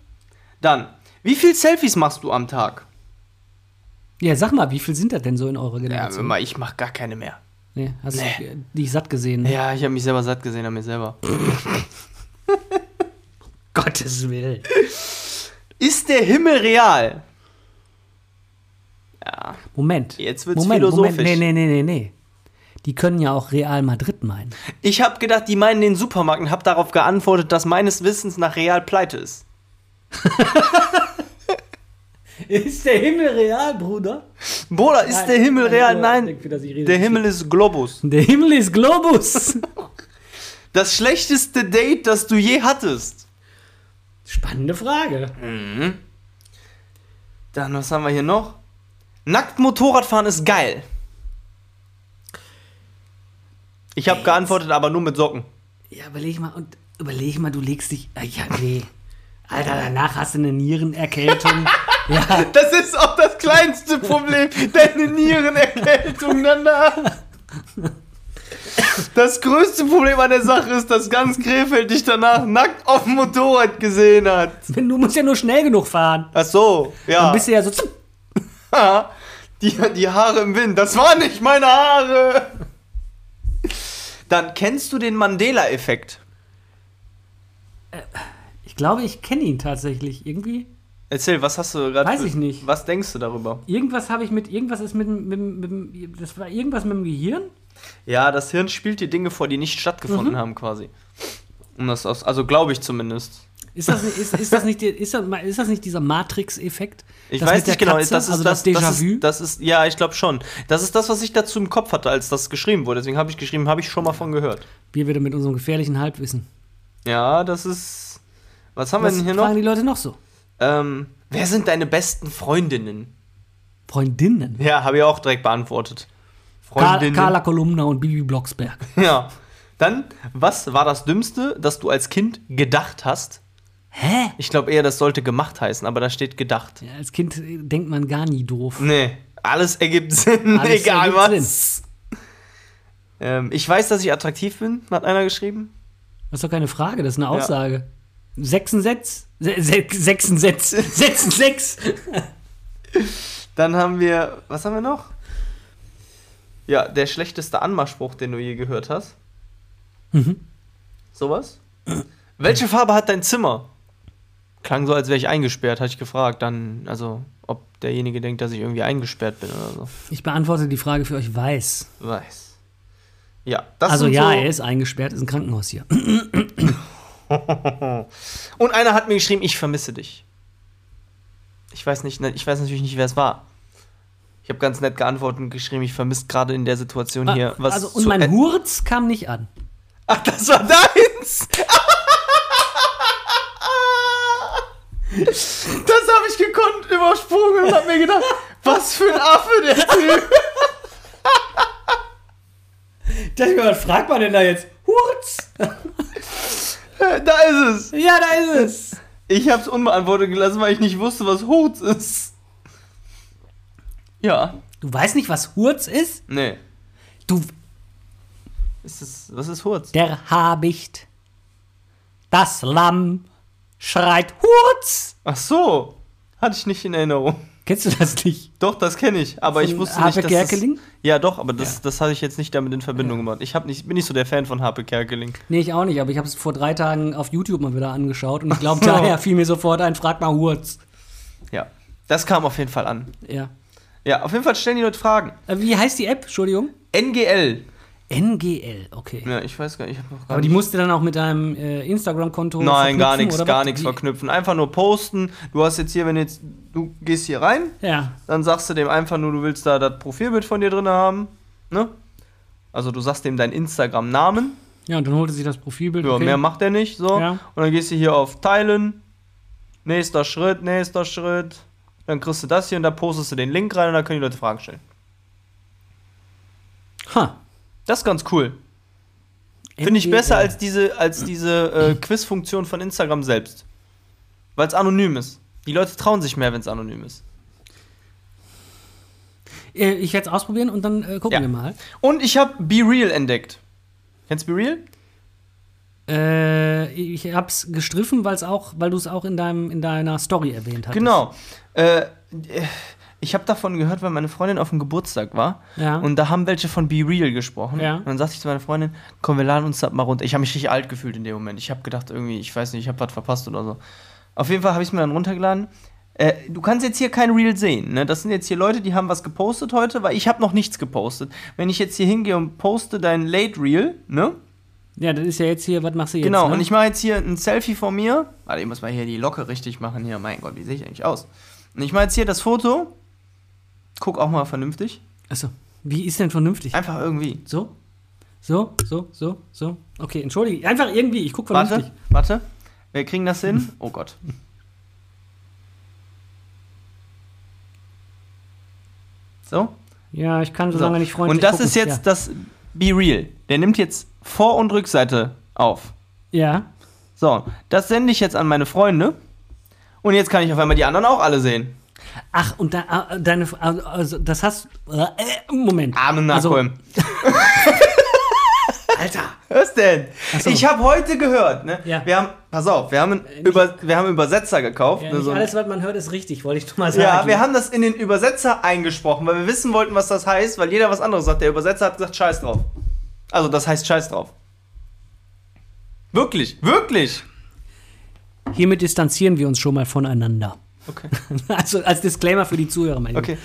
Dann, wie viel Selfies machst du am Tag?
Ja, sag mal, wie viel sind das denn so in
Ja,
eurer
also-
Generation?
mal, ich mach gar keine mehr.
nee, hast
Nee.
du dich satt gesehen? ne?
Ja, ich habe mich selber satt gesehen an mir selber.
Gottes Willen.
Ist der Himmel real? Ja,
Moment.
Jetzt wird's
Moment,
philosophisch.
Moment. Nee, nee, nee, nee, nee. Die können ja auch Real Madrid meinen.
ich habe gedacht, die meinen den Supermarkt und habe darauf geantwortet, dass meines Wissens nach real pleite ist.
Ist der Himmel real, Bruder?
Bruder, ist der Himmel real? Nein, der
Der,
Himmel ist Globus.
der Himmel ist Globus.
Das schlechteste Date, das du je hattest.
Spannende Frage.
Dann, was haben wir hier noch? Nackt Motorradfahren ist geil. Ich habe geantwortet, aber nur mit Socken.
Ja, überleg mal und überleg mal, du legst dich. Ah, Ja, nee. Alter, danach hast du eine Nierenerkältung. ja,
Das ist auch das kleinste Problem, deine Nierenerkältung danach. Das größte Problem an der Sache ist, dass ganz Krefeld dich danach nackt auf dem Motorrad gesehen hat.
du musst ja nur schnell genug fahren.
Ach so,
Dann
ja.
bist du ja so.
Ha, Die, die Haare im Wind. Das waren nicht meine Haare. Dann kennst du den Mandela-Effekt.
Ich glaube, ich kenne ihn tatsächlich. Irgendwie.
Erzähl, was hast du gerade?
Weiß
für-
ich nicht.
Was denkst du darüber?
Irgendwas habe ich mit. Irgendwas ist mit, dem- mit, dem- mit, dem- Das war irgendwas mit dem Gehirn.
Ja, das Hirn spielt dir Dinge vor, die nicht stattgefunden
Mhm.
haben, quasi. Um das aus, also glaube ich zumindest.
Ist das, nicht- ist, ist das, nicht, die- ist das, ist das nicht dieser Matrix-Effekt?
Ich
Das
weiß
mit der
nicht genau,
Katze,
das ist
also
das,
das,
das,
Déjà-vu.
ist, das ist, ja, ich glaube schon. Das ist das, was ich dazu im Kopf hatte, als das geschrieben wurde. Deswegen habe ich geschrieben, habe ich schon mal von gehört.
Wir wieder mit unserem gefährlichen Halbwissen.
Ja, das ist. Was haben
Was
wir denn hier
fragen
noch?
die Leute noch so?
Ähm, wer sind deine besten Freundinnen?
Freundinnen.
Ja, habe ich auch direkt beantwortet.
Karl, Carla Kolumna und Bibi Blocksberg.
Ja. Dann, was war das Dümmste, das du als Kind gedacht hast?
Hä?
Ich glaube eher, das sollte gemacht heißen, aber da steht gedacht.
Ja, als Kind äh, denkt man gar nie doof.
Nee, alles ergibt Sinn,
Alles
egal
ergibt
was. Ähm, ich weiß, dass ich attraktiv bin, hat einer geschrieben.
Das ist doch keine Frage, das ist eine Aussage. Sechsen Sets? Se se sechsen Sets? Sechsen Sechs?
Dann haben wir, was haben wir noch? Ja, der schlechteste Anmachspruch, den du je gehört hast.
Mhm.
Sowas? Welche Farbe hat dein Zimmer? Klang so, als wäre ich eingesperrt, hatte ich gefragt. Dann, also, ob derjenige denkt, dass ich irgendwie eingesperrt bin oder so.
Ich beantworte die Frage für euch weiß.
Weiß. Ja, das
also
sind
ja,
so.
er ist eingesperrt, ist ein Krankenhaus hier.
Und einer hat mir geschrieben, ich vermisse dich. Ich weiß nicht, ne, ich weiß natürlich nicht, wer es war. Ich habe ganz nett geantwortet und geschrieben, ich vermisse gerade in der Situation hier was.
also, und
zu
mein
et-
Hurz kam nicht an.
Ach, das war deins! Das habe ich gekonnt übersprungen und habe mir gedacht, was für ein Affe der Typ.
Das, was fragt man denn da jetzt? Hurz!
Da ist es.
Ja, da ist es!
Ich habe es unbeantwortet gelassen, weil ich nicht wusste, was Hurz ist. Ja,
Du weißt nicht, was Hurz ist?
nee.
Du,
Ist das, was ist Hurz?
der Habicht, das Lamm schreit Hurz!
Ach so, hatte ich nicht in Erinnerung.
Kennst du das nicht?
Doch, das kenne ich, aber ich
Von
wusste
Harpe
nicht, dass das-
Kerkeling?
Ja, doch, aber das, das hatte ich jetzt nicht damit in Verbindung gemacht. Ich hab nicht, bin nicht so der Fan von Harpe Kerkeling.
Nee, ich auch nicht, aber ich habe es vor drei Tagen auf YouTube mal wieder angeschaut und ich glaube, daher fiel mir sofort ein, frag mal Hurz.
Ja, das kam auf jeden Fall an.
Ja.
Ja, auf jeden Fall stellen die Leute Fragen.
Äh, Wie heißt die App? Entschuldigung.
NGL.
NGL, okay.
Ja, ich weiß gar nicht, ich hab noch gar
Aber die
nicht.
musste dann auch mit deinem äh, Instagram-Konto.
Nein, gar
verknüpfen,
nichts,
oder
gar
was?
nichts
Die-
verknüpfen. Einfach nur posten. Du hast jetzt hier, wenn jetzt, du gehst hier rein,
Ja.
dann sagst du dem einfach nur, du willst da das Profilbild von dir drin haben. Ne? Also du sagst dem deinen Instagram-Namen.
Ja, und dann holte sie das Profilbild.
Ja,
okay.
mehr macht er nicht. So.
Ja.
Und dann gehst du hier auf Teilen. Nächster Schritt, nächster Schritt. Dann kriegst du das hier und da postest du den Link rein und dann können die Leute Fragen stellen.
Ha.
Das ist ganz cool. Finde ich
NGL.
besser als diese, als diese äh, Quiz-Funktion von Instagram selbst. Weil es anonym ist. Die Leute trauen sich mehr, wenn es anonym ist.
Äh, Ich werde es ausprobieren und dann äh, gucken
Ja.
wir mal.
Und ich habe Be Real entdeckt. Kennst du Be Real?
Äh, ich hab's gestriffen, weil's auch, weil du es auch in, deinem, in deiner Story erwähnt hast.
Genau. Äh, ich habe davon gehört, weil meine Freundin auf dem Geburtstag war.
Ja.
Und da haben welche von Be Real gesprochen.
Ja.
Und dann sagte ich zu meiner Freundin, komm, wir laden uns das mal runter. Ich habe mich richtig alt gefühlt in dem Moment. Ich habe gedacht, irgendwie, ich weiß nicht, ich habe was verpasst oder so. Auf jeden Fall habe ich es mir dann runtergeladen. Äh, du kannst jetzt hier kein Reel sehen. Ne? Das sind jetzt hier Leute, die haben was gepostet heute, weil ich habe noch nichts gepostet. Wenn ich jetzt hier hingehe und poste dein Late Reel, ne?
ja, das ist ja jetzt hier, was machst du jetzt?
Genau,
ne?
und ich mache jetzt hier ein Selfie von mir. Warte, ich muss mal hier die Locke richtig machen. Hier, mein Gott, wie sehe ich eigentlich aus? Und ich mache jetzt hier das Foto. Guck auch mal vernünftig.
Achso, wie ist denn vernünftig?
Einfach irgendwie.
So? So, so, so, so. Okay, entschuldige. Einfach irgendwie, ich gucke vernünftig.
Warte, warte. Wir kriegen das hin. Oh Gott. So.
Ja, ich kann so,
so.
lange nicht freundlich
und das
gucken.
ist jetzt das Be Real. Der nimmt jetzt Vor- und Rückseite auf.
Ja. ja.
So, das sende ich jetzt an meine Freunde. Und jetzt kann ich auf einmal die anderen auch alle sehen.
Ach, und da, äh, deine. Also, das hast. Äh, Moment.
Arme
Also,
Nachholm.
Alter.
Was denn?
so.
Ich habe heute gehört, ne?
Ja. Äh,
Wir haben, pass auf, wir haben, einen Über, wir haben einen Übersetzer gekauft.
Ja,
ne,
nicht
so einen-
alles, was man hört, ist richtig, wollte ich doch mal sagen.
ja, wir haben das in den Übersetzer eingesprochen, weil wir wissen wollten, was das heißt, weil jeder was anderes sagt. Der Übersetzer hat gesagt, scheiß drauf. Also, das heißt scheiß drauf. Wirklich, wirklich.
Hiermit distanzieren wir uns schon mal voneinander.
Okay.
Also als Disclaimer für die Zuhörer, mein Lieber.
Okay.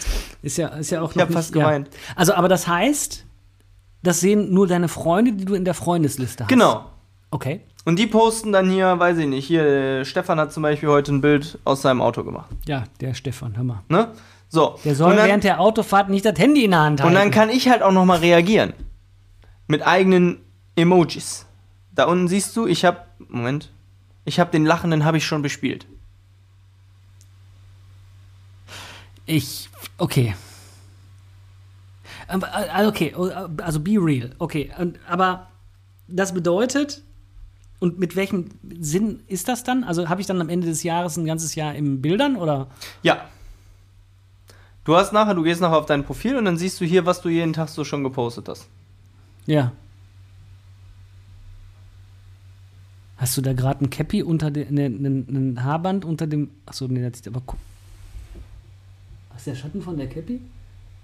Ist ja, ist ja auch noch
hab fast geweint.
Ja. Also, aber das heißt, das sehen nur deine Freunde, die du in der Freundesliste hast.
Genau.
Okay.
Und die posten dann hier, weiß ich nicht, hier, äh, Stefan hat zum Beispiel heute ein Bild aus seinem Auto gemacht.
Ja, der Stefan, hör mal.
Ne? So.
Der soll
und dann,
während der Autofahrt nicht das Handy in der Hand haben.
und dann kann ich halt auch nochmal reagieren. Mit eigenen Emojis. Da unten siehst du, ich habe, Moment, ich habe den Lachenden, habe ich schon bespielt.
Ich, okay. Aber, äh, Okay, also be real. Okay, und, aber das bedeutet, und mit welchem Sinn ist das dann? Also habe ich dann am Ende des Jahres ein ganzes Jahr in Bildern oder?
Ja. Du hast nachher, du gehst nachher auf dein Profil und dann siehst du hier, was du jeden Tag so schon gepostet hast.
Ja. Hast du da gerade ein Cappy unter dem, ne, ne, ne Haarband unter dem, achso, nee, das sieht aber, gu- was ist der Schatten von der Cappy?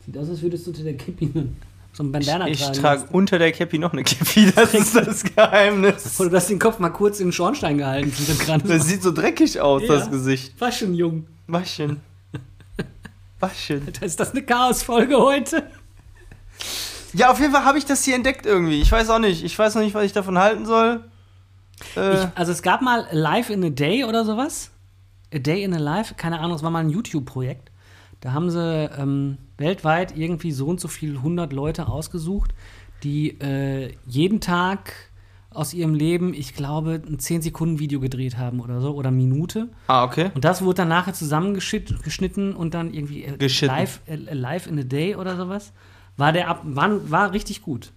Sieht aus, als würdest du unter der Cappy so ein
Ich,
Bandana
ich
tragen.
trage unter der Cappy noch eine Cappy, das ist das Geheimnis.
Oder du hast den Kopf mal kurz in den Schornstein gehalten. wie Das gerade
Das
war.
sieht so dreckig aus,
Ja.
das Gesicht.
war schon jung.
Waschen. Waschen.
Alter, Ist das eine Chaosfolge heute?
Ja, auf jeden Fall habe ich das hier entdeckt irgendwie. Ich weiß auch nicht. Ich weiß noch nicht, was ich davon halten soll. Äh,
Ich, also es gab mal Live in a Day oder sowas. A Day in a Life, keine Ahnung, es war mal ein YouTube-Projekt. Da haben sie ähm, weltweit irgendwie so und so viel 100 Leute ausgesucht, die äh, jeden Tag aus ihrem Leben, ich glaube, ein 10-Sekunden-Video gedreht haben oder so, oder Minute.
ah, okay.
Und das wurde dann nachher zusammengeschnitten und dann irgendwie äh,
Geschitten.
live, äh, live in a day oder sowas. War der ab, war, war richtig gut.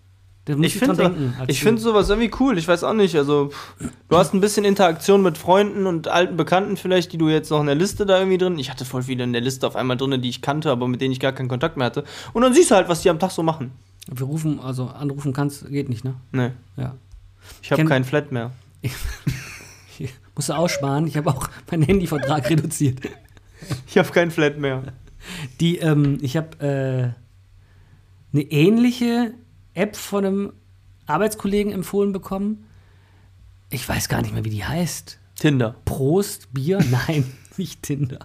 Da muss
Ich finde
dran denken,
so,
als
ich find sowas irgendwie cool. Ich weiß auch nicht. Also, pff, du hast ein bisschen Interaktion mit Freunden und alten Bekannten vielleicht, die du jetzt noch in der Liste da irgendwie drin. Ich hatte voll viele in der Liste auf einmal drin, die ich kannte, aber mit denen ich gar keinen Kontakt mehr hatte. Und dann siehst du halt, was die am Tag so machen.
wir rufen, also anrufen kannst, geht nicht, ne?
Nee,
Ja.
ich habe
Kenn-
keinen Flat mehr.
Musst du aussparen. Ich habe auch meinen Handyvertrag reduziert.
Ich habe keinen Flat mehr.
Die, ähm, ich habe äh, eine ähnliche App von einem Arbeitskollegen empfohlen bekommen. Ich weiß gar nicht mehr, wie die heißt.
Tinder.
Prost, Bier? Nein, nicht Tinder.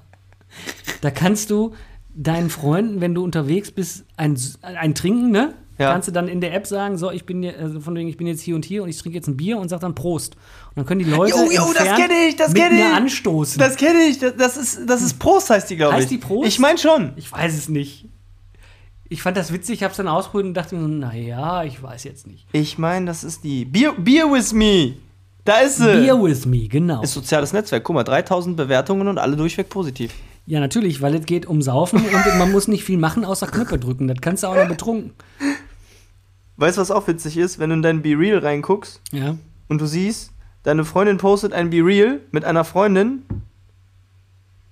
Da kannst du deinen Freunden, wenn du unterwegs bist, ein, S- ein Trinken, ne?
Ja.
Kannst du dann in der App sagen, so, ich bin je- also von wegen, ich bin jetzt hier und hier und ich trinke jetzt ein Bier und sag dann Prost. Und dann können die Leute
Jo, jo, das
entfernt
kenn ich, das
mit
kenn ich.
mir anstoßen.
Das kenne ich. Das, das ist, das ist Prost, heißt die, glaube ich.
Heißt die Prost?
Ich meine schon.
ich weiß es nicht. Ich fand das witzig, hab's dann ausprobiert und dachte mir so, naja, ich weiß jetzt nicht.
Ich meine, das ist die. Beer, Beer with me. Da ist sie.
Beer with me, genau.
ist soziales Netzwerk. Guck mal, 3000 Bewertungen und alle durchweg positiv.
Ja, natürlich, weil es geht um Saufen und man muss nicht viel machen, außer Knöpfe drücken. Das kannst du auch noch betrunken.
Weißt du, was auch witzig ist? Wenn du in dein Be Real reinguckst
Ja.
und du siehst, deine Freundin postet ein Be Real mit einer Freundin,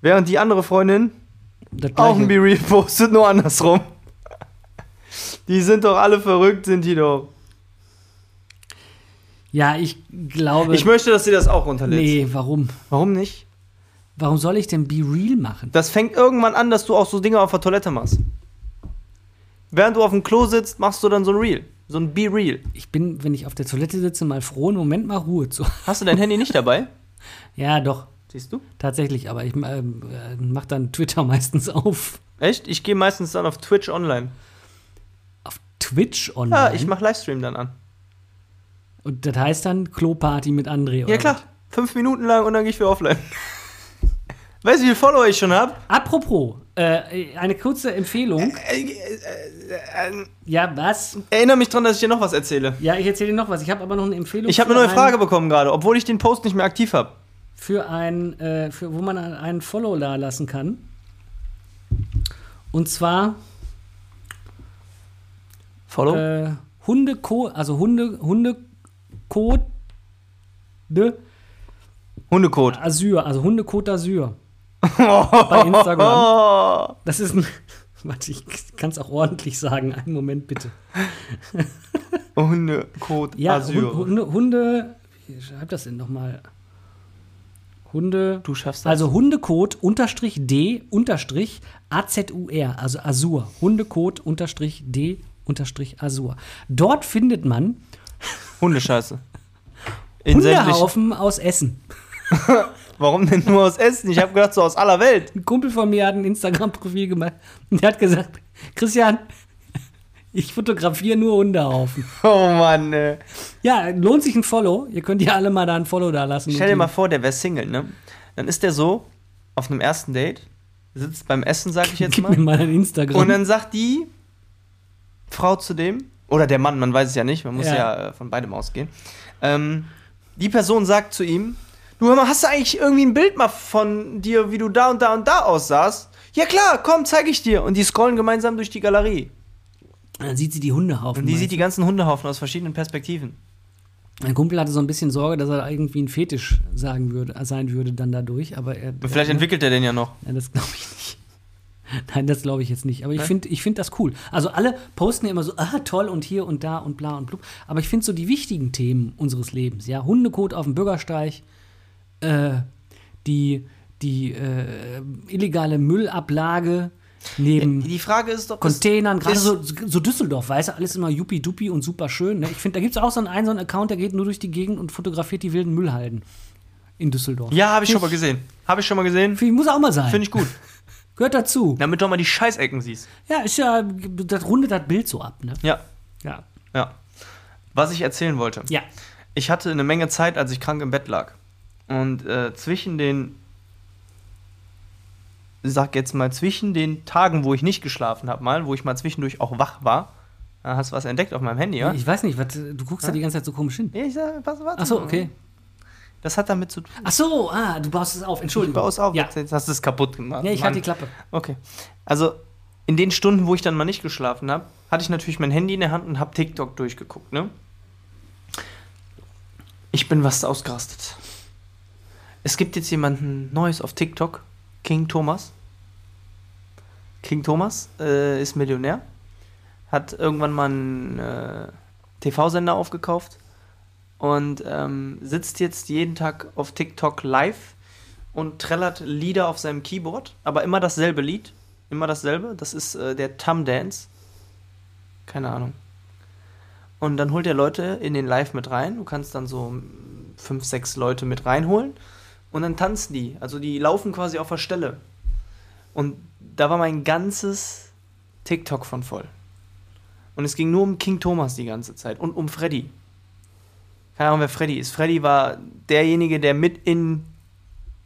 während die andere Freundin
Das
auch
Gleiche.
ein Be Real postet, nur andersrum. Die sind doch alle verrückt, sind die doch.
Ja, ich glaube.
Ich möchte, dass sie das auch runterlädst.
nee, warum?
Warum nicht?
Warum soll ich denn Be Real machen?
Das fängt irgendwann an, dass du auch so Dinge auf der Toilette machst. Während du auf dem Klo sitzt, machst du dann so ein Reel. So ein Be Real.
Ich bin, wenn ich auf der Toilette sitze, mal froh, einen Moment mal Ruhe zu.
Hast du dein Handy nicht dabei?
Ja, doch,
Siehst du?
tatsächlich, aber ich ähm, äh, mach dann Twitter meistens auf.
Echt? Ich gehe meistens dann auf Twitch online.
Auf Twitch online.
Ja, ich mache Livestream dann an.
Und das heißt dann Kloparty mit André.
Ja,
oder
klar.
was?
Fünf Minuten lang und dann gehe ich wieder offline. weißt du, wie viele Follower ich schon habe?
Apropos, äh, eine kurze Empfehlung.
Äh,
Ja, was?
Erinnere mich dran, dass ich dir noch was erzähle.
Ja, ich erzähle dir noch was. Ich habe aber noch eine Empfehlung.
Ich habe
für
eine neue
einen-
Frage bekommen gerade, obwohl ich den Post nicht mehr aktiv habe.
für ein, äh, für, wo man einen Follow da lassen kann. Und zwar
Follow?
äh, Hundeco, also Hunde, Hundecode
Hundecode.
Asyr, also Hundecode Asyr.
Bei
Instagram. Das ist ein. Warte, ich kann es auch ordentlich sagen. Einen Moment bitte.
Hundecode
Ja,
Asyr.
Hunde, Hunde. Wie schreibt das denn nochmal? Hunde.
Du schaffst das.
Also Hundecode unterstrich D unterstrich AZUR, also Azur. Hundecode unterstrich D unterstrich Azur. Dort findet man
Hundescheiße. In sämtlichen-
Hundehaufen aus Essen.
Warum denn nur aus Essen? Ich habe gedacht, so aus aller Welt.
Ein Kumpel von mir hat ein Instagram-Profil gemacht und der hat gesagt, Christian, Ich fotografiere nur Hundehaufen.
Oh Mann, ey.
Ja, lohnt sich ein Follow. Ihr könnt ja alle mal da ein Follow da lassen.
Stell dir mal vor, der wäre Single, ne? Dann ist der so auf einem ersten Date, sitzt beim Essen, sag ich jetzt
Gib
mal.
mir mal ein Instagram.
Und dann sagt die Frau zu dem, oder der Mann, man weiß es ja nicht, man muss
Ja.
ja, äh, von beidem ausgehen. Ähm, die Person sagt zu ihm: Du, hör mal, hast du eigentlich irgendwie ein Bild mal von dir, wie du da und da und da aussahst? Ja, klar, komm, zeig ich dir. Und die scrollen gemeinsam durch die Galerie.
dann sieht sie die Hundehaufen.
Und die
mal.
sieht die ganzen Hundehaufen aus verschiedenen Perspektiven.
mein Kumpel hatte so ein bisschen Sorge, dass er irgendwie ein Fetisch sagen würde, äh, sein würde dann dadurch, aber er.
Und vielleicht
er,
entwickelt er den ja noch.
Nein, das glaube ich nicht. Nein, das glaube ich jetzt nicht. Aber ich
Hä?
finde ich find das cool. Also alle posten ja immer so, ah, toll und hier und da und bla und blub. Aber ich finde so die wichtigen Themen unseres Lebens, ja, Hundekot auf dem Bürgersteig, äh, die, die äh, illegale Müllablage neben
Die Frage ist, ob das-
Containern, gerade
das-
so, so Düsseldorf, weißt du, alles immer juppie-duppie und super schön. Ne? Ich finde, da gibt es auch so einen, einen, so einen Account, der geht nur durch die Gegend und fotografiert die wilden Müllhalden in Düsseldorf.
Ja, habe ich schon mal gesehen. Habe ich schon mal gesehen.
Find- Muss auch mal sein.
Finde ich gut.
Gehört dazu.
Damit du auch mal die Scheißecken siehst.
Ja, ist ja, das rundet das Bild so ab, ne?
Ja,
Ja.
ja. Was ich erzählen wollte.
Ja.
Ich hatte eine Menge Zeit, als ich krank im Bett lag. Und äh, zwischen den, ich sag jetzt mal, zwischen den Tagen, wo ich nicht geschlafen habe, mal, wo ich mal zwischendurch auch wach war, äh, hast du was entdeckt auf meinem Handy, ja?
Ich weiß nicht, was, du guckst da die ganze Zeit so komisch hin.
Ja, ich sag, was, warte
Ach so,
mal.
okay.
Das hat damit zu tun.
Ach so, ah, du baust es auf,
Ich
Entschuldigung.
baue auf,
Ja,
jetzt, jetzt hast du es kaputt gemacht.
ja ich
Mann.
hatte die Klappe.
Okay. Also in den Stunden, wo ich dann mal nicht geschlafen habe, hatte ich natürlich mein Handy in der Hand und habe TikTok durchgeguckt, ne? Ich bin was ausgerastet. Es gibt jetzt jemanden Neues auf TikTok, King Thomas. King Thomas äh, ist Millionär, hat irgendwann mal einen äh, TV-Sender aufgekauft und ähm, sitzt jetzt jeden Tag auf TikTok live und trällert Lieder auf seinem Keyboard, aber immer dasselbe Lied. Immer dasselbe. Das ist äh, der Tum Dance. Keine Ahnung. Und dann holt er Leute in den Live mit rein. Du kannst dann so mm, fünf, sechs Leute mit reinholen. Und dann tanzen die. Also die laufen quasi auf der Stelle. Und da war mein ganzes TikTok von voll. Und es ging nur um King Thomas die ganze Zeit und um Freddy. Keine Ahnung, wer Freddy ist. Freddy war derjenige, der mit in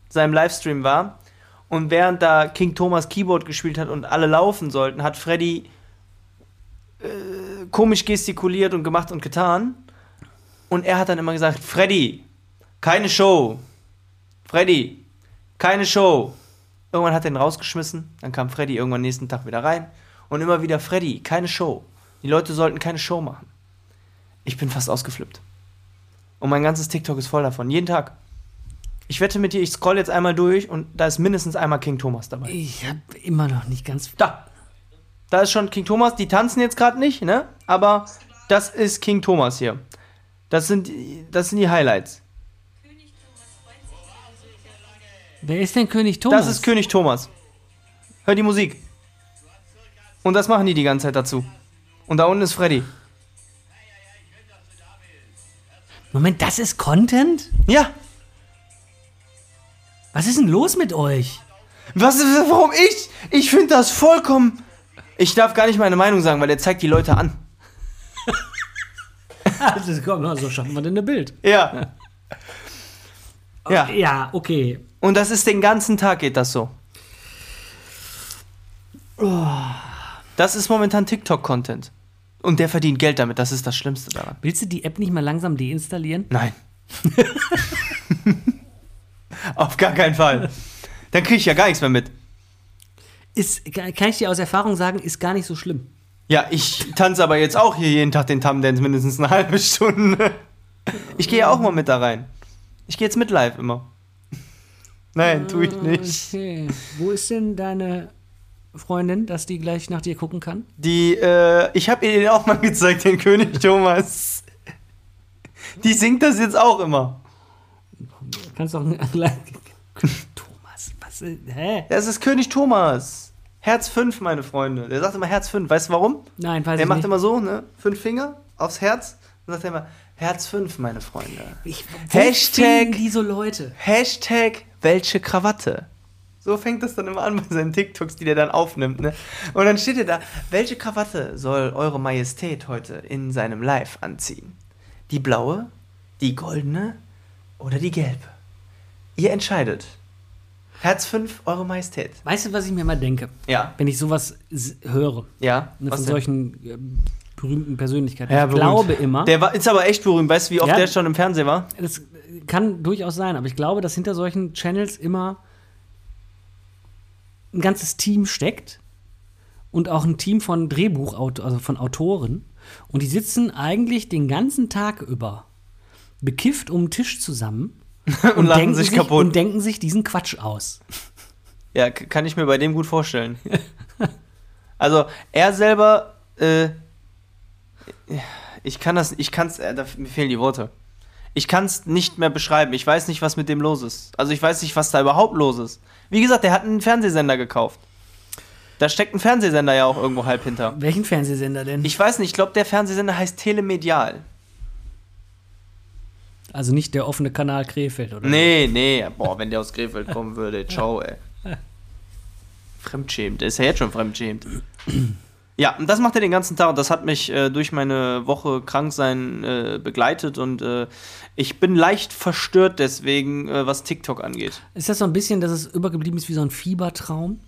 seinem Livestream war. Und während da King Thomas Keyboard gespielt hat und alle laufen sollten, hat Freddy äh, komisch gestikuliert und gemacht und getan. Und er hat dann immer gesagt, Freddy, keine Show. Freddy, keine Show. Irgendwann hat er ihn rausgeschmissen, dann kam Freddy irgendwann nächsten Tag wieder rein. Und immer wieder, Freddy, keine Show. Die Leute sollten keine Show machen. Ich bin fast ausgeflippt. Und mein ganzes TikTok ist voll davon, jeden Tag. Ich wette mit dir, ich scroll jetzt einmal durch und da ist mindestens einmal King Thomas dabei.
Ich habe immer noch nicht ganz.
Da. Da ist schon King Thomas. Die tanzen jetzt gerade nicht, ne? Aber das ist King Thomas hier. Das sind, die- das sind die Highlights.
Wer ist denn König Thomas?
Das ist König Thomas. Hör die Musik. Und das machen die die ganze Zeit dazu. Und da unten ist Freddy.
Moment, das ist Content?
Ja.
Was ist denn los mit euch?
Was ist, warum ich? Ich finde das vollkommen. Ich darf gar nicht meine Meinung sagen, weil er zeigt die Leute an.
Also, komm, na, so schaffen wir denn ein Bild.
Ja. Ja.
Ja, okay.
Und das ist den ganzen Tag geht das so. Das ist momentan TikTok-Content. Und der verdient Geld damit, das ist das Schlimmste daran.
Willst du die App nicht mal langsam deinstallieren?
Nein. Auf gar keinen Fall. Dann kriege ich ja gar nichts mehr mit.
Ist, kann ich dir aus Erfahrung sagen, ist gar nicht so schlimm.
Ja, ich tanze aber jetzt auch hier jeden Tag den Tam-Dance mindestens eine halbe Stunde. Ich gehe ja auch mal mit da rein. Ich gehe jetzt mit live immer. Nein, tue
Oh,
ich nicht.
Okay. Wo ist denn deine Freundin, dass die gleich nach dir gucken kann?
Die, äh, ich habe ihr den auch mal gezeigt, den König Thomas. Die singt das jetzt auch immer.
Kannst doch gleich. Thomas, was ist. Hä?
Das ist König Thomas. Herz 5, meine Freunde. Der sagt immer Herz 5. Weißt du warum?
Nein, weiß
der
ich
macht
nicht.
immer so, ne? Fünf Finger aufs Herz. Dann sagt er immer Herz 5, meine Freunde.
ich, wo
Hashtag-
finden die so Leute.
Hashtag welche Krawatte. So fängt das dann immer an bei seinen TikToks, die der dann aufnimmt. Ne? Und dann steht er da, welche Krawatte soll Eure Majestät heute in seinem Live anziehen? Die blaue, die goldene oder die gelbe? Ihr entscheidet. Herz 5, Eure Majestät.
Weißt du, was ich mir mal denke,
Ja,
wenn ich sowas s- höre?
ja.
Ne,
was
von
denn?
solchen äh, berühmten Persönlichkeiten.
Ja,
ich
berühmt.
glaube immer,
Der war, ist aber echt berühmt. Weißt du, wie oft
Ja.
der schon im Fernsehen war?
das kann durchaus sein, aber ich glaube, dass hinter solchen Channels immer ein ganzes Team steckt und auch ein Team von Drehbuchautoren, also von Autoren. Und die sitzen eigentlich den ganzen Tag über bekifft um den Tisch zusammen
Und, lachen
denken
sich kaputt.
und denken sich diesen Quatsch aus.
Ja, k- kann ich mir bei dem gut vorstellen. also, er selber, äh, ich kann das, ich kann's, äh, da, mir fehlen die Worte. Ich kann's nicht mehr beschreiben. Ich weiß nicht, was mit dem los ist. Also, ich weiß nicht, was da überhaupt los ist. Wie gesagt, der hat einen Fernsehsender gekauft. Da steckt ein Fernsehsender ja auch irgendwo halb hinter.
Welchen Fernsehsender denn?
Ich weiß nicht, ich glaube, der Fernsehsender heißt Telemedial.
also nicht der offene Kanal Krefeld, oder?
Nee, nee, boah, wenn der aus Krefeld kommen würde, ciao, ey. Fremdschämt, der ist ja jetzt schon fremdschämt. Ja, und das macht er den ganzen Tag und das hat mich äh, durch meine Woche krank sein äh, begleitet und äh, ich bin leicht verstört deswegen, äh, was TikTok angeht.
Ist das so ein bisschen, dass es übergeblieben ist wie so ein Fiebertraum?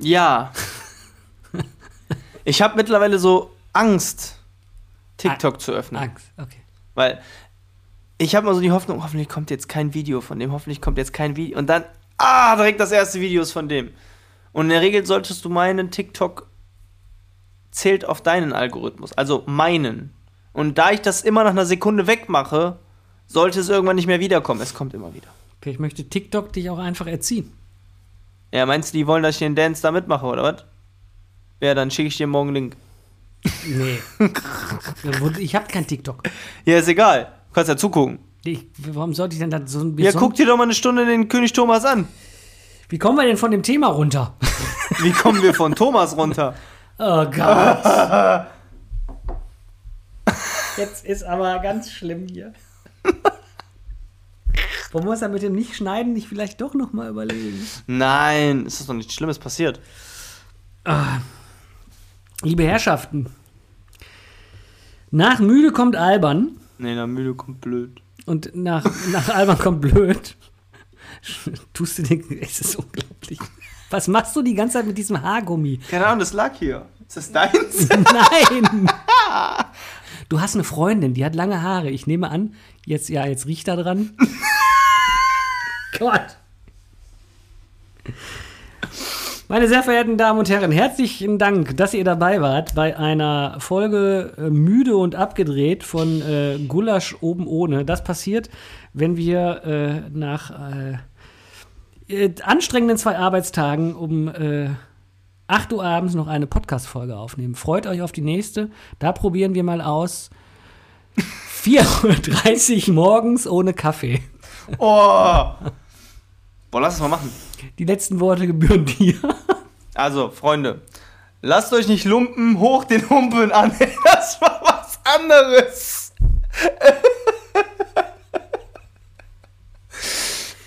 Ja. Ich habe mittlerweile so Angst, TikTok zu öffnen.
Angst, okay.
Weil ich habe mal so die Hoffnung, hoffentlich kommt jetzt kein Video von dem, hoffentlich kommt jetzt kein Video. Und dann, ah, direkt das erste Video ist von dem. Und in der Regel solltest du meinen, TikTok zählt auf deinen Algorithmus, also meinen. Und da ich das immer nach einer Sekunde wegmache, sollte es irgendwann nicht mehr wiederkommen. Es kommt immer wieder.
Vielleicht möchte TikTok dich auch einfach erziehen.
Ja, meinst du, die wollen, dass ich den Dance da mitmache, oder was? Ja, dann schicke ich dir morgen einen Link.
Nee. ich habe kein TikTok.
Ja, ist egal. Du kannst ja zugucken.
Ich, warum sollte ich denn da so ein
Ja,
so,
guck dir doch mal eine Stunde den König Thomas an.
Wie kommen wir denn von dem Thema runter?
Wie kommen wir von Thomas runter?
Oh Gott. Jetzt ist aber ganz schlimm hier. Wollen wir uns da mit dem Nicht-Schneiden nicht vielleicht doch nochmal überlegen?
Nein, es ist doch nichts Schlimmes passiert.
Liebe Herrschaften, nach müde kommt albern.
Nee, na müde kommt blöd.
Und nach, nach Alban kommt blöd. Tust du den. Es ist unglaublich. Was machst du die ganze Zeit mit diesem Haargummi?
Keine Ahnung, das lag hier. Ist das deins?
Nein! Du hast eine Freundin, die hat lange Haare. Ich nehme an, jetzt, ja, jetzt riecht da dran. Gott! Meine sehr verehrten Damen und Herren, herzlichen Dank, dass ihr dabei wart bei einer Folge äh, müde und abgedreht von äh, Gulasch oben ohne. Das passiert, wenn wir äh, nach äh, äh, anstrengenden zwei Arbeitstagen um äh, 8 Uhr abends noch eine Podcast-Folge aufnehmen. Freut euch auf die nächste. Da probieren wir mal aus. 4.30 Uhr morgens ohne Kaffee.
Oh! Boah, lass es mal machen.
Die letzten Worte gebühren dir.
Also, Freunde, lasst euch nicht lumpen, hoch den Humpen an. Das war was anderes.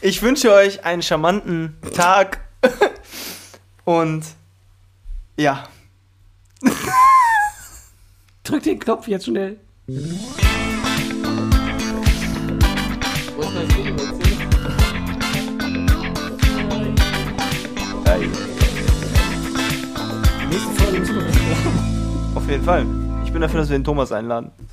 Ich wünsche euch einen charmanten Tag und ja.
Drück den Knopf jetzt schnell.
Auf jeden Fall. Ich bin dafür, dass wir den Thomas einladen.